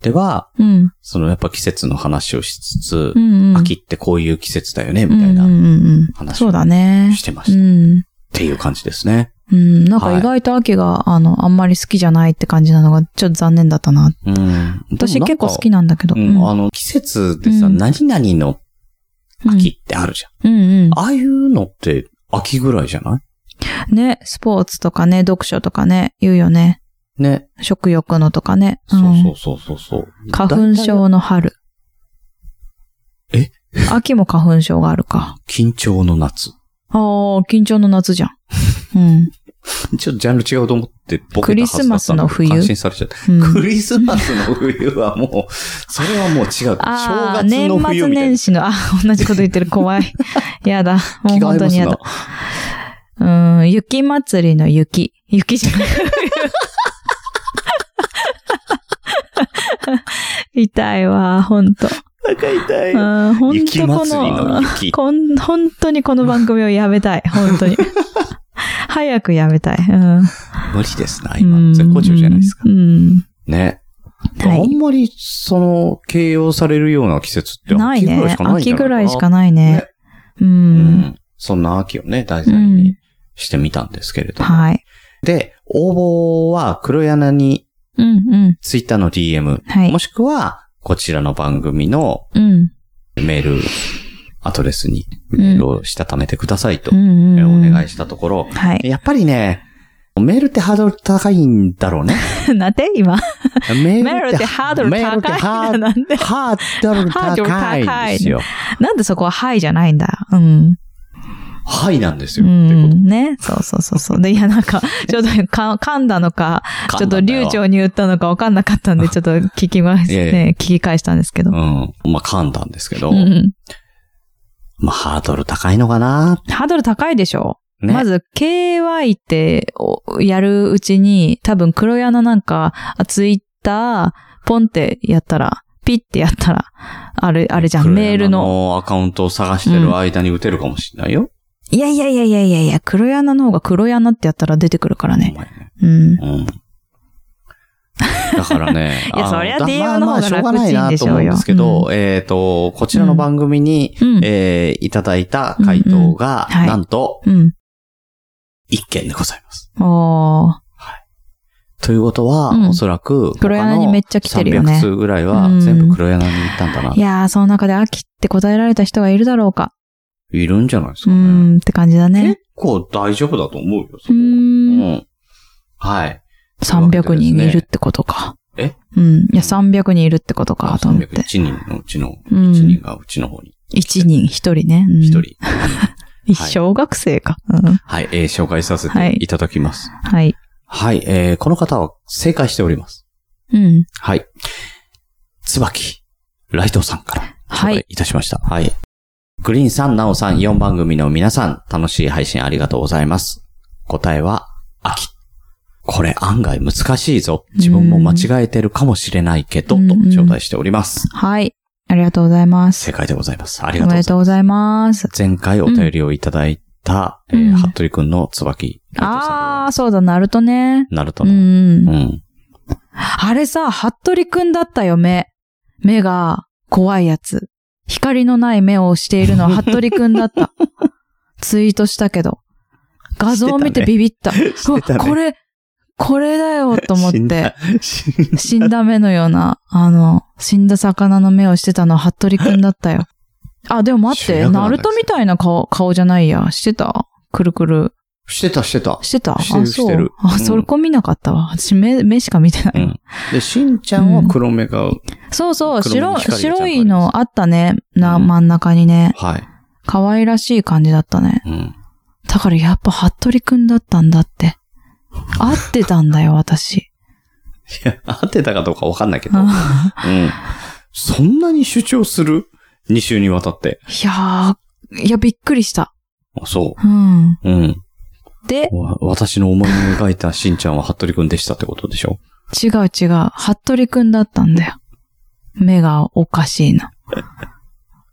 [SPEAKER 1] では、
[SPEAKER 2] うん。
[SPEAKER 1] そのやっぱ季節の話をしつつ、
[SPEAKER 2] うんうん。
[SPEAKER 1] 秋ってこういう季節だよね、
[SPEAKER 2] うん
[SPEAKER 1] みたい
[SPEAKER 2] うん
[SPEAKER 1] な
[SPEAKER 2] うんうん。
[SPEAKER 1] 話
[SPEAKER 2] そう
[SPEAKER 1] を
[SPEAKER 2] だね。
[SPEAKER 1] してました。
[SPEAKER 2] う
[SPEAKER 1] っ
[SPEAKER 2] ん。
[SPEAKER 1] ていう感じですね。
[SPEAKER 2] うん、なん
[SPEAKER 1] は
[SPEAKER 2] か
[SPEAKER 1] い
[SPEAKER 2] 意外と秋が、あの、あんまり好きじゃないって感じなのが、ちょっと残念だったな。
[SPEAKER 1] うん。
[SPEAKER 2] 私
[SPEAKER 1] でもなんか
[SPEAKER 2] 結構好きなんだけど。
[SPEAKER 1] うんあの、季節でさ、
[SPEAKER 2] うん
[SPEAKER 1] 何々の秋ってあるじゃん。
[SPEAKER 2] うんうん
[SPEAKER 1] ああいうのって秋ぐらいじゃない
[SPEAKER 2] ね、スポーツとかね、読書とかね、言うよね。
[SPEAKER 1] ね。
[SPEAKER 2] 食欲のとかね。
[SPEAKER 1] そ
[SPEAKER 2] ん
[SPEAKER 1] うそうそうそう。う
[SPEAKER 2] 花粉症の春。
[SPEAKER 1] え
[SPEAKER 2] 秋も花粉症があるか。
[SPEAKER 1] 緊張の夏。
[SPEAKER 2] ああ、緊張の夏じゃん。うん。
[SPEAKER 1] ちょっとジャンル違うと思って、僕
[SPEAKER 2] クリスマスの冬
[SPEAKER 1] 感心されちゃった。
[SPEAKER 2] うん
[SPEAKER 1] クリスマスの冬はもう、それはもう違う。正
[SPEAKER 2] ああ、
[SPEAKER 1] 月
[SPEAKER 2] 年
[SPEAKER 1] の冬
[SPEAKER 2] 末
[SPEAKER 1] みたい
[SPEAKER 2] 年
[SPEAKER 1] な。
[SPEAKER 2] 始の、あ、同じこと言ってる、怖 い。やだ。もう本当に
[SPEAKER 1] 違い
[SPEAKER 2] や
[SPEAKER 1] ま
[SPEAKER 2] だ
[SPEAKER 1] す。
[SPEAKER 2] うん、雪祭りの雪。雪じゃない。 痛いわ、ほんと。
[SPEAKER 1] な。お腹痛い。
[SPEAKER 2] うん、ほん
[SPEAKER 1] 雪
[SPEAKER 2] とこ
[SPEAKER 1] 祭りの
[SPEAKER 2] の、
[SPEAKER 1] 雪。
[SPEAKER 2] こん、本当にこの番組をやめたい。本当に。 早くやめたい。うん。
[SPEAKER 1] 無理ですな、今の。絶好調じゃないですか。
[SPEAKER 2] うん。
[SPEAKER 1] ね。
[SPEAKER 2] はい
[SPEAKER 1] あんまり、その、形容されるような季節って
[SPEAKER 2] な
[SPEAKER 1] 秋
[SPEAKER 2] い
[SPEAKER 1] ぐらいし
[SPEAKER 2] ね。
[SPEAKER 1] かないんじ
[SPEAKER 2] 秋
[SPEAKER 1] ゃない
[SPEAKER 2] ぐらいしか
[SPEAKER 1] な
[SPEAKER 2] ないね。
[SPEAKER 1] ね
[SPEAKER 2] う。
[SPEAKER 1] うんん。そんな秋をね、題材にしてみたんですけれども。
[SPEAKER 2] はい。
[SPEAKER 1] で、応募は黒柳に
[SPEAKER 2] うんうん。
[SPEAKER 1] ツイッターの DM、
[SPEAKER 2] はい
[SPEAKER 1] も。しくはこちらの番組の
[SPEAKER 2] うん。
[SPEAKER 1] メールアドレスに
[SPEAKER 2] ん
[SPEAKER 1] メールをしたためてくださいと、
[SPEAKER 2] うんうん
[SPEAKER 1] えお
[SPEAKER 2] うん。
[SPEAKER 1] 願いしたところ、
[SPEAKER 2] はい。
[SPEAKER 1] やっぱりね、メールってハードル高いんだろうね。
[SPEAKER 2] なんて今。
[SPEAKER 1] メ
[SPEAKER 2] メールってハードル
[SPEAKER 1] メールって
[SPEAKER 2] 高
[SPEAKER 1] ハ
[SPEAKER 2] い。
[SPEAKER 1] ー
[SPEAKER 2] なんで
[SPEAKER 1] ハードル高いんですよ。
[SPEAKER 2] なんでそこははいじゃないんだ。うん。
[SPEAKER 1] はいなんです
[SPEAKER 2] う
[SPEAKER 1] よ。ってこと
[SPEAKER 2] ん。ね。そうそうそうそう。で、いや、な んか、ちょっとか噛んだのか、ちょっ
[SPEAKER 1] 噛ん
[SPEAKER 2] と流。
[SPEAKER 1] だんだよ
[SPEAKER 2] 暢に言ったのか分かんなかっ たんで、ちょっと聞きます。
[SPEAKER 1] いやいや
[SPEAKER 2] ね、聞き返したんですけど。
[SPEAKER 1] うん。まあ、噛んだんですけど、
[SPEAKER 2] うんうん
[SPEAKER 1] まあ、ハードル高いのかな、
[SPEAKER 2] ハードル高いでしょ
[SPEAKER 1] ね、
[SPEAKER 2] まず、KY っておやるうちに、多分黒柳なんか、ツイッター、ポンってやったら、ピッてやったら、あれ、あれじゃん、
[SPEAKER 1] 黒柳
[SPEAKER 2] メールの。
[SPEAKER 1] アカウントを探してる間に打てるかもしれないよ。
[SPEAKER 2] いやいやいやいやいやいや、黒柳の方が黒柳ってやったら出てくるから
[SPEAKER 1] お前
[SPEAKER 2] ね。
[SPEAKER 1] ね。
[SPEAKER 2] うん。。
[SPEAKER 1] うん。だからね
[SPEAKER 2] いや
[SPEAKER 1] あ
[SPEAKER 2] そりゃ
[SPEAKER 1] だ
[SPEAKER 2] DM の
[SPEAKER 1] まあま
[SPEAKER 2] 方が
[SPEAKER 1] あしょうがない
[SPEAKER 2] 楽ちん
[SPEAKER 1] な
[SPEAKER 2] でし
[SPEAKER 1] と
[SPEAKER 2] ょうよ
[SPEAKER 1] 思うんですけど、
[SPEAKER 2] う
[SPEAKER 1] えっ、と、こちらの番組に、
[SPEAKER 2] うん。
[SPEAKER 1] えーいただいた回答が、
[SPEAKER 2] うんうんはい
[SPEAKER 1] なんと、
[SPEAKER 2] うん。
[SPEAKER 1] 一件でございます。
[SPEAKER 2] おー。
[SPEAKER 1] ということは、
[SPEAKER 2] うん
[SPEAKER 1] おそらく、
[SPEAKER 2] 黒柳にめっちゃ来てるよね
[SPEAKER 1] 300通ぐらいは
[SPEAKER 2] う、ん
[SPEAKER 1] 全部黒柳に行ったんだな。
[SPEAKER 2] いやー、その中で秋って答えられた人がいるだろうか。
[SPEAKER 1] いるんじゃないです
[SPEAKER 2] う
[SPEAKER 1] かね。
[SPEAKER 2] ーん、って感じだね。
[SPEAKER 1] 結構大丈夫だと思うよ、そうこは
[SPEAKER 2] ーん。
[SPEAKER 1] うん。はい。
[SPEAKER 2] 300人いるってことか。
[SPEAKER 1] え
[SPEAKER 2] うん。いや、300人いるってことか、と思って
[SPEAKER 1] 301。人のうちの、
[SPEAKER 2] う
[SPEAKER 1] 1人
[SPEAKER 2] ん。
[SPEAKER 1] がうちの方に
[SPEAKER 2] 1人、1人ね。うん
[SPEAKER 1] 1人。。
[SPEAKER 2] 一小学生か。うん。
[SPEAKER 1] はい、えー紹介させ
[SPEAKER 2] は
[SPEAKER 1] て
[SPEAKER 2] い
[SPEAKER 1] いただきます。
[SPEAKER 2] はい。
[SPEAKER 1] はい、えーこの方は正解しております。
[SPEAKER 2] うん。
[SPEAKER 1] はい。椿、ライトさんから、
[SPEAKER 2] はい
[SPEAKER 1] 頂戴いたしました。はい。グリーンさん、ナオさん、4番組の皆さん、楽しい配信ありがとうございます。答えは、秋。これ案外難しいぞ。自分も間違えてるかもしれないけど、
[SPEAKER 2] うん
[SPEAKER 1] と
[SPEAKER 2] うん
[SPEAKER 1] 頂戴しております。
[SPEAKER 2] はい。ありがとうございます。
[SPEAKER 1] 正解でございます。ありが
[SPEAKER 2] お
[SPEAKER 1] とうございま
[SPEAKER 2] めで
[SPEAKER 1] す
[SPEAKER 2] とう。ございます。
[SPEAKER 1] 前回お便りをいただいた、
[SPEAKER 2] うん
[SPEAKER 1] えー、
[SPEAKER 2] うん
[SPEAKER 1] 服部くんの椿。
[SPEAKER 2] あー、そうだ、ナルトね。
[SPEAKER 1] なると
[SPEAKER 2] うん、
[SPEAKER 1] の。
[SPEAKER 2] う
[SPEAKER 1] う。
[SPEAKER 2] ん
[SPEAKER 1] ん。
[SPEAKER 2] あれさ、服部くんだったよ、目。目が怖いやつ。光のない目をしているの は服部くんだった。ツイートしたけど。画像を見てビビった。
[SPEAKER 1] してたね
[SPEAKER 2] うわこれ、これだよ、と思っ
[SPEAKER 1] 死ん
[SPEAKER 2] て
[SPEAKER 1] だ。。死んだ
[SPEAKER 2] 死んだ目のような、あの、死んだ魚の目をしてたのは服部くんだっ たよ。あ、でも待っ
[SPEAKER 1] 主
[SPEAKER 2] て、
[SPEAKER 1] 役なんだ
[SPEAKER 2] ナルトみたいな顔、顔じゃないや。してたくるくる。
[SPEAKER 1] してた、してた。
[SPEAKER 2] してた
[SPEAKER 1] してる
[SPEAKER 2] あ、そう。
[SPEAKER 1] してるう
[SPEAKER 2] あ、
[SPEAKER 1] ん
[SPEAKER 2] それこ見なかったわ。私、目、目しか見てない。
[SPEAKER 1] うん。で、しんちゃんは黒目が、
[SPEAKER 2] そうそう、
[SPEAKER 1] 黒目に光が
[SPEAKER 2] 白、
[SPEAKER 1] ちゃんとあ
[SPEAKER 2] 白
[SPEAKER 1] ります
[SPEAKER 2] いのあったね。な、
[SPEAKER 1] うん
[SPEAKER 2] 真ん中にね。
[SPEAKER 1] はい。
[SPEAKER 2] 可愛らしい感じだったね。
[SPEAKER 1] うん。
[SPEAKER 2] だからやっぱ、服部くんだったんだって。合ってたん だよ、私。
[SPEAKER 1] いや、合ってたかどうかわかんないけど。
[SPEAKER 2] う
[SPEAKER 1] うんん。そんなに主張する ?2 週にわたって。
[SPEAKER 2] いやー、いや、びっくりした。
[SPEAKER 1] あそ
[SPEAKER 2] うん。
[SPEAKER 1] う。うん。
[SPEAKER 2] で、
[SPEAKER 1] わ私の思いを描いたしんちゃんは服部くんでしたってことでしょ
[SPEAKER 2] 違う違う、服部くんだったんだよ。目がおかしい な。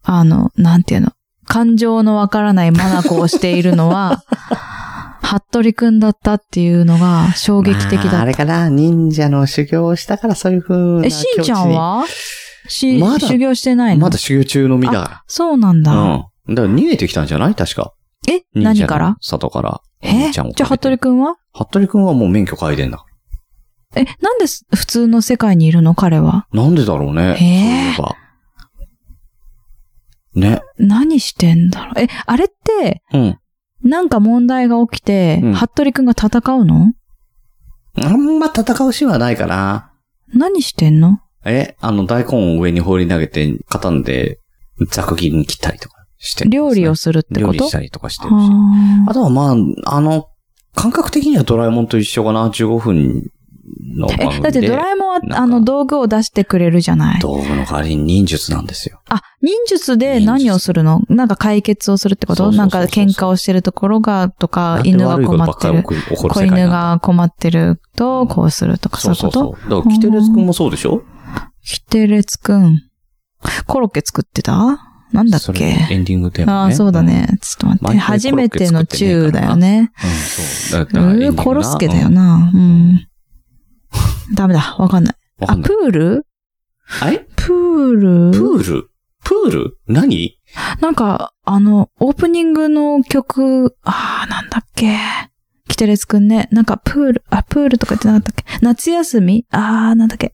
[SPEAKER 2] あの、なんていうの。感情のわからないマナコをしている のは、服部くんだったっていうのが衝撃的だった。
[SPEAKER 1] れかな忍者の修行をしたからそういう風
[SPEAKER 2] え、しんちゃんはし、
[SPEAKER 1] まだ
[SPEAKER 2] 修行してないの
[SPEAKER 1] まだ修行中の身だ。
[SPEAKER 2] そうなん
[SPEAKER 1] う
[SPEAKER 2] だ。
[SPEAKER 1] ん。だから逃げてきたんじゃない確か。
[SPEAKER 2] え、
[SPEAKER 1] 忍者の
[SPEAKER 2] 何から
[SPEAKER 1] 里から。
[SPEAKER 2] え
[SPEAKER 1] ち
[SPEAKER 2] じ
[SPEAKER 1] ゃ
[SPEAKER 2] ゃ
[SPEAKER 1] んを
[SPEAKER 2] あ、服部くんは
[SPEAKER 1] 服部くんはもう免許変えてんだ。
[SPEAKER 2] え、なんです普通の世界にいるの彼は。
[SPEAKER 1] なんでだろうね。そうい
[SPEAKER 2] へ
[SPEAKER 1] えば。ね。
[SPEAKER 2] 何してんだろうえ、あれって、
[SPEAKER 1] うん。
[SPEAKER 2] なんか問題が起きて、
[SPEAKER 1] うん
[SPEAKER 2] 服部くんが戦うの
[SPEAKER 1] あんま戦うシーンはないかな。
[SPEAKER 2] 何してんの
[SPEAKER 1] え、あの、大根を上に放り投げて、肩んで、ざく切りに切ったりとかしてるんですね、
[SPEAKER 2] 料理をするって
[SPEAKER 1] 料
[SPEAKER 2] こ
[SPEAKER 1] 理
[SPEAKER 2] と
[SPEAKER 1] したりとかしてるし。
[SPEAKER 2] あ
[SPEAKER 1] あとはまあ、あの、感覚的にはドラえもんと一緒かな。15分の番組
[SPEAKER 2] ー
[SPEAKER 1] で。
[SPEAKER 2] え、だってドラえもんは
[SPEAKER 1] なん、か
[SPEAKER 2] あの、道具を出してくれるじゃない。
[SPEAKER 1] 道具の代わりに忍術なんですよ。
[SPEAKER 2] あ、忍術で何をするのなんか解決をするってこ
[SPEAKER 1] そうそ
[SPEAKER 2] と
[SPEAKER 1] うそ
[SPEAKER 2] な
[SPEAKER 1] うんそう
[SPEAKER 2] か喧嘩をしてるところが、とか、
[SPEAKER 1] なんで
[SPEAKER 2] 犬が
[SPEAKER 1] 悪いこ
[SPEAKER 2] 困
[SPEAKER 1] とば
[SPEAKER 2] っ
[SPEAKER 1] か
[SPEAKER 2] て
[SPEAKER 1] り
[SPEAKER 2] る
[SPEAKER 1] 起。こる起こる
[SPEAKER 2] 子
[SPEAKER 1] 世界な
[SPEAKER 2] 犬
[SPEAKER 1] んだ
[SPEAKER 2] が困ってる
[SPEAKER 1] う
[SPEAKER 2] と、
[SPEAKER 1] ん
[SPEAKER 2] こうするとか、そういうこと
[SPEAKER 1] そう。だから、キテレツくんもそうでしょ
[SPEAKER 2] キテレツくん。コロッケ作ってたなんだっ
[SPEAKER 1] それ
[SPEAKER 2] け
[SPEAKER 1] エンディングテーマ、ね。
[SPEAKER 2] ああ、そうだね。ちょっと待って。
[SPEAKER 1] 毎回
[SPEAKER 2] 初めてのチューだよね。
[SPEAKER 1] うん。うん、そう。だ
[SPEAKER 2] う
[SPEAKER 1] だからエンディング
[SPEAKER 2] ー、
[SPEAKER 1] な
[SPEAKER 2] コロスケだよ
[SPEAKER 1] うん
[SPEAKER 2] な。うん。ダメだ。わかんない。
[SPEAKER 1] わか
[SPEAKER 2] あ、
[SPEAKER 1] ん
[SPEAKER 2] プ
[SPEAKER 1] ない。
[SPEAKER 2] ール
[SPEAKER 1] あれ
[SPEAKER 2] プー
[SPEAKER 1] プ
[SPEAKER 2] ル
[SPEAKER 1] ールプール何
[SPEAKER 2] なんか、あの、オープニングの曲、ああ、なんだっけ。キテレツくんね。なんか、プール、あ、プールとか言ってなかったっけ夏休みああ、なんだっけ。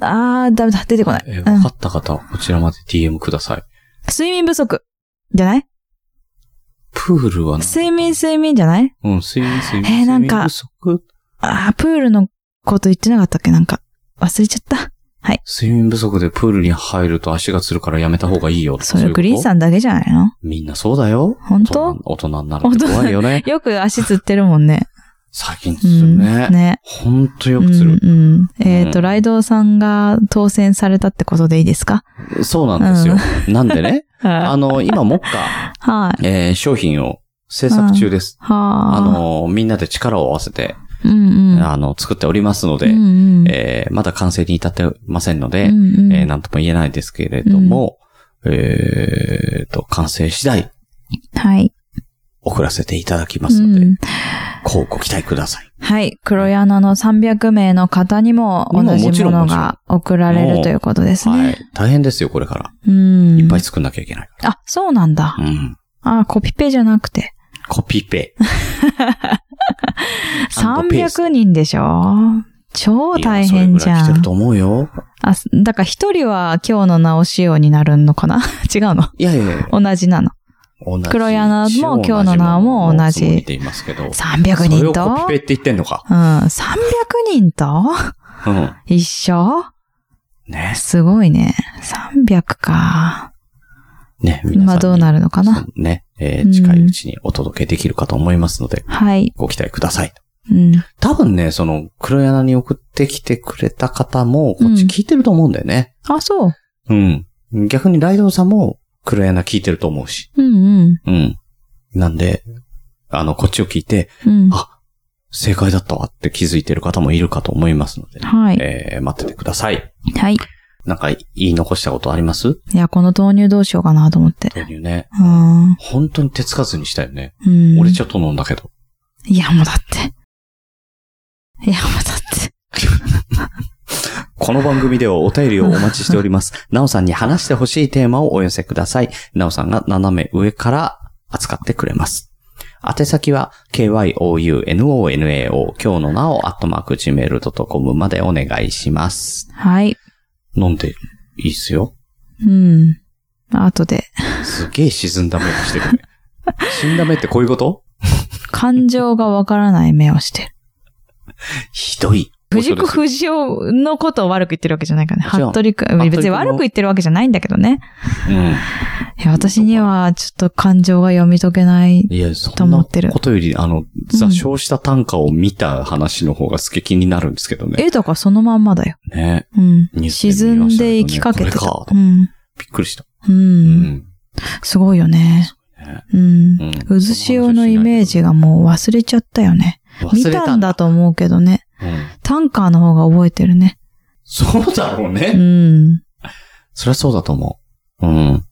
[SPEAKER 2] ああ、ダメだ。出てこない。
[SPEAKER 1] えー、
[SPEAKER 2] うん
[SPEAKER 1] 分かった方はこちらまで DM ください。
[SPEAKER 2] 睡眠不足。じゃない
[SPEAKER 1] プールはな
[SPEAKER 2] 睡眠、睡眠じゃない
[SPEAKER 1] うん、睡眠、睡眠。
[SPEAKER 2] えーなんか
[SPEAKER 1] 睡眠不足
[SPEAKER 2] ああ、プールのこと言ってなかったっけなんか、忘れちゃった。
[SPEAKER 1] 睡眠不足でプールに入ると足がつるからやめた方がいいよ。
[SPEAKER 2] それグリーン
[SPEAKER 1] ん。
[SPEAKER 2] さんだけじゃないの
[SPEAKER 1] みんなそうだよ。
[SPEAKER 2] 本当
[SPEAKER 1] 大人になるって怖いよね。
[SPEAKER 2] よく足つってるもんね。
[SPEAKER 1] 最近
[SPEAKER 2] う
[SPEAKER 1] する
[SPEAKER 2] ん。
[SPEAKER 1] ね。
[SPEAKER 2] ね。
[SPEAKER 1] ほんとよ
[SPEAKER 2] うん
[SPEAKER 1] くする。
[SPEAKER 2] うん。えっ
[SPEAKER 1] う
[SPEAKER 2] と、
[SPEAKER 1] ん
[SPEAKER 2] ライドウさんが当選されたってことでいいですか
[SPEAKER 1] そうなんですよ。なんで ね、あ
[SPEAKER 2] は
[SPEAKER 1] の、今、もっか、
[SPEAKER 2] い。はい。
[SPEAKER 1] えー商品を制作中です。
[SPEAKER 2] はあ。
[SPEAKER 1] あ、の、みんなで力を合わせて、
[SPEAKER 2] うんうん。
[SPEAKER 1] あの、作っておりますので、
[SPEAKER 2] うんうん、
[SPEAKER 1] えーまだ完成に至ってませんので、
[SPEAKER 2] うんうん
[SPEAKER 1] えーなんとも言えないですけれども、えーと、完成次第、
[SPEAKER 2] はい。
[SPEAKER 1] 送らせていただきますので、
[SPEAKER 2] うん
[SPEAKER 1] こうご期待ください。
[SPEAKER 2] はい。黒柳の300名の方にも同
[SPEAKER 1] もち
[SPEAKER 2] じ
[SPEAKER 1] ろ
[SPEAKER 2] も
[SPEAKER 1] ん
[SPEAKER 2] のが送られるということです
[SPEAKER 1] は
[SPEAKER 2] ね。
[SPEAKER 1] い。大変ですよ、これから。
[SPEAKER 2] うん。
[SPEAKER 1] いっぱい作んなきゃいけないか
[SPEAKER 2] あ、そうなんだ。
[SPEAKER 1] ら。うん。
[SPEAKER 2] あ、コピペじゃなくて。
[SPEAKER 1] コピ ペ。アンドペースト
[SPEAKER 2] 300人でしょ超大変じ
[SPEAKER 1] いやそれぐらい来
[SPEAKER 2] ゃ
[SPEAKER 1] てる
[SPEAKER 2] ん
[SPEAKER 1] と。思うよ。
[SPEAKER 2] あ、だから一人は今日の直しようになるのかな 違うの
[SPEAKER 1] いやいやいや。
[SPEAKER 2] 同じなの。
[SPEAKER 1] 同じ
[SPEAKER 2] 黒柳も今日の名も同じ
[SPEAKER 1] つもりで言いますけど。
[SPEAKER 2] 300
[SPEAKER 1] それ
[SPEAKER 2] 人
[SPEAKER 1] をコ
[SPEAKER 2] と
[SPEAKER 1] ピペって言ってんのか。
[SPEAKER 2] うん、300人と
[SPEAKER 1] うん。
[SPEAKER 2] 一緒
[SPEAKER 1] ね。
[SPEAKER 2] すごいね。300か。
[SPEAKER 1] ね。皆さんに
[SPEAKER 2] まあどうなるのかな。
[SPEAKER 1] そうね、えー
[SPEAKER 2] うん
[SPEAKER 1] 近いうちにお届けできるかと思いますので、
[SPEAKER 2] はい。
[SPEAKER 1] ご期待ください。
[SPEAKER 2] うん。
[SPEAKER 1] 多分ね、その、黒柳に送ってきてくれた方も、こっち聞いてると思うんだよね。
[SPEAKER 2] あ、そう。
[SPEAKER 1] うん。逆にライドウさんも、黒柳聞いてると思うし。
[SPEAKER 2] うんうん。
[SPEAKER 1] うん。なんで、あの、こっちを聞いて、
[SPEAKER 2] うん。
[SPEAKER 1] あ正解だったわって気づいてる方もいるかと思いますので、ね
[SPEAKER 2] はい。
[SPEAKER 1] えー待っててください。
[SPEAKER 2] はい。
[SPEAKER 1] なんか言い残したことあります
[SPEAKER 2] いや、この豆乳どうしようかなと思って。
[SPEAKER 1] 豆乳ね。
[SPEAKER 2] うん。
[SPEAKER 1] 本当に手つかずにしたよね。
[SPEAKER 2] うん。
[SPEAKER 1] 俺ちょっと飲んだけど。
[SPEAKER 2] いや、もうだって。いや、もうだって。
[SPEAKER 1] この番組ではお便りをお待ちしております。 なおさんに話してほしいテーマをお寄せください。なおさんが斜め上から扱ってくれます。宛先は、kyounonao、今日のなお、アットマーク gmail.com までお願いします。
[SPEAKER 2] はい。
[SPEAKER 1] 飲んでいいっすよ。
[SPEAKER 2] うん。後で。
[SPEAKER 1] すげえ沈んだ目をして るね。死んだ目ってこういうこと
[SPEAKER 2] 感情がわからない目をしてる。
[SPEAKER 1] ひどい。
[SPEAKER 2] 藤子
[SPEAKER 1] 恐ろしい
[SPEAKER 2] 不二雄のことを悪く言ってるわけじゃないからね。
[SPEAKER 1] もちろん
[SPEAKER 2] 服
[SPEAKER 1] 服
[SPEAKER 2] 部
[SPEAKER 1] 部
[SPEAKER 2] 君、
[SPEAKER 1] 君
[SPEAKER 2] 別に悪く言ってるわけじゃないんだけどね。
[SPEAKER 1] うん。
[SPEAKER 2] いや、私にはちょっと感情が読み解けない。
[SPEAKER 1] いや、そ
[SPEAKER 2] と
[SPEAKER 1] ん
[SPEAKER 2] 思
[SPEAKER 1] な
[SPEAKER 2] ってる
[SPEAKER 1] ことより、あの、座礁した短歌を見た話の方が好き気になるんですけどね。
[SPEAKER 2] 絵とかそのまんまだよ。
[SPEAKER 1] ね
[SPEAKER 2] うん。
[SPEAKER 1] ニュースで見
[SPEAKER 2] 沈
[SPEAKER 1] ま
[SPEAKER 2] ん
[SPEAKER 1] したけどね
[SPEAKER 2] で生きかけてた。
[SPEAKER 1] こ
[SPEAKER 2] う
[SPEAKER 1] れ
[SPEAKER 2] ん。
[SPEAKER 1] びっくりした。
[SPEAKER 2] う。
[SPEAKER 1] うんん。
[SPEAKER 2] すごいよね。うん。
[SPEAKER 1] うん
[SPEAKER 2] 渦潮のイメージがもう忘れちゃったよね。見
[SPEAKER 1] 忘れ
[SPEAKER 2] たんだ。と思うけどね。
[SPEAKER 1] うん
[SPEAKER 2] タンカーの方が覚えてるね。
[SPEAKER 1] そうだろう
[SPEAKER 2] う
[SPEAKER 1] ね。
[SPEAKER 2] ん。
[SPEAKER 1] そりゃそうだと思う。うん。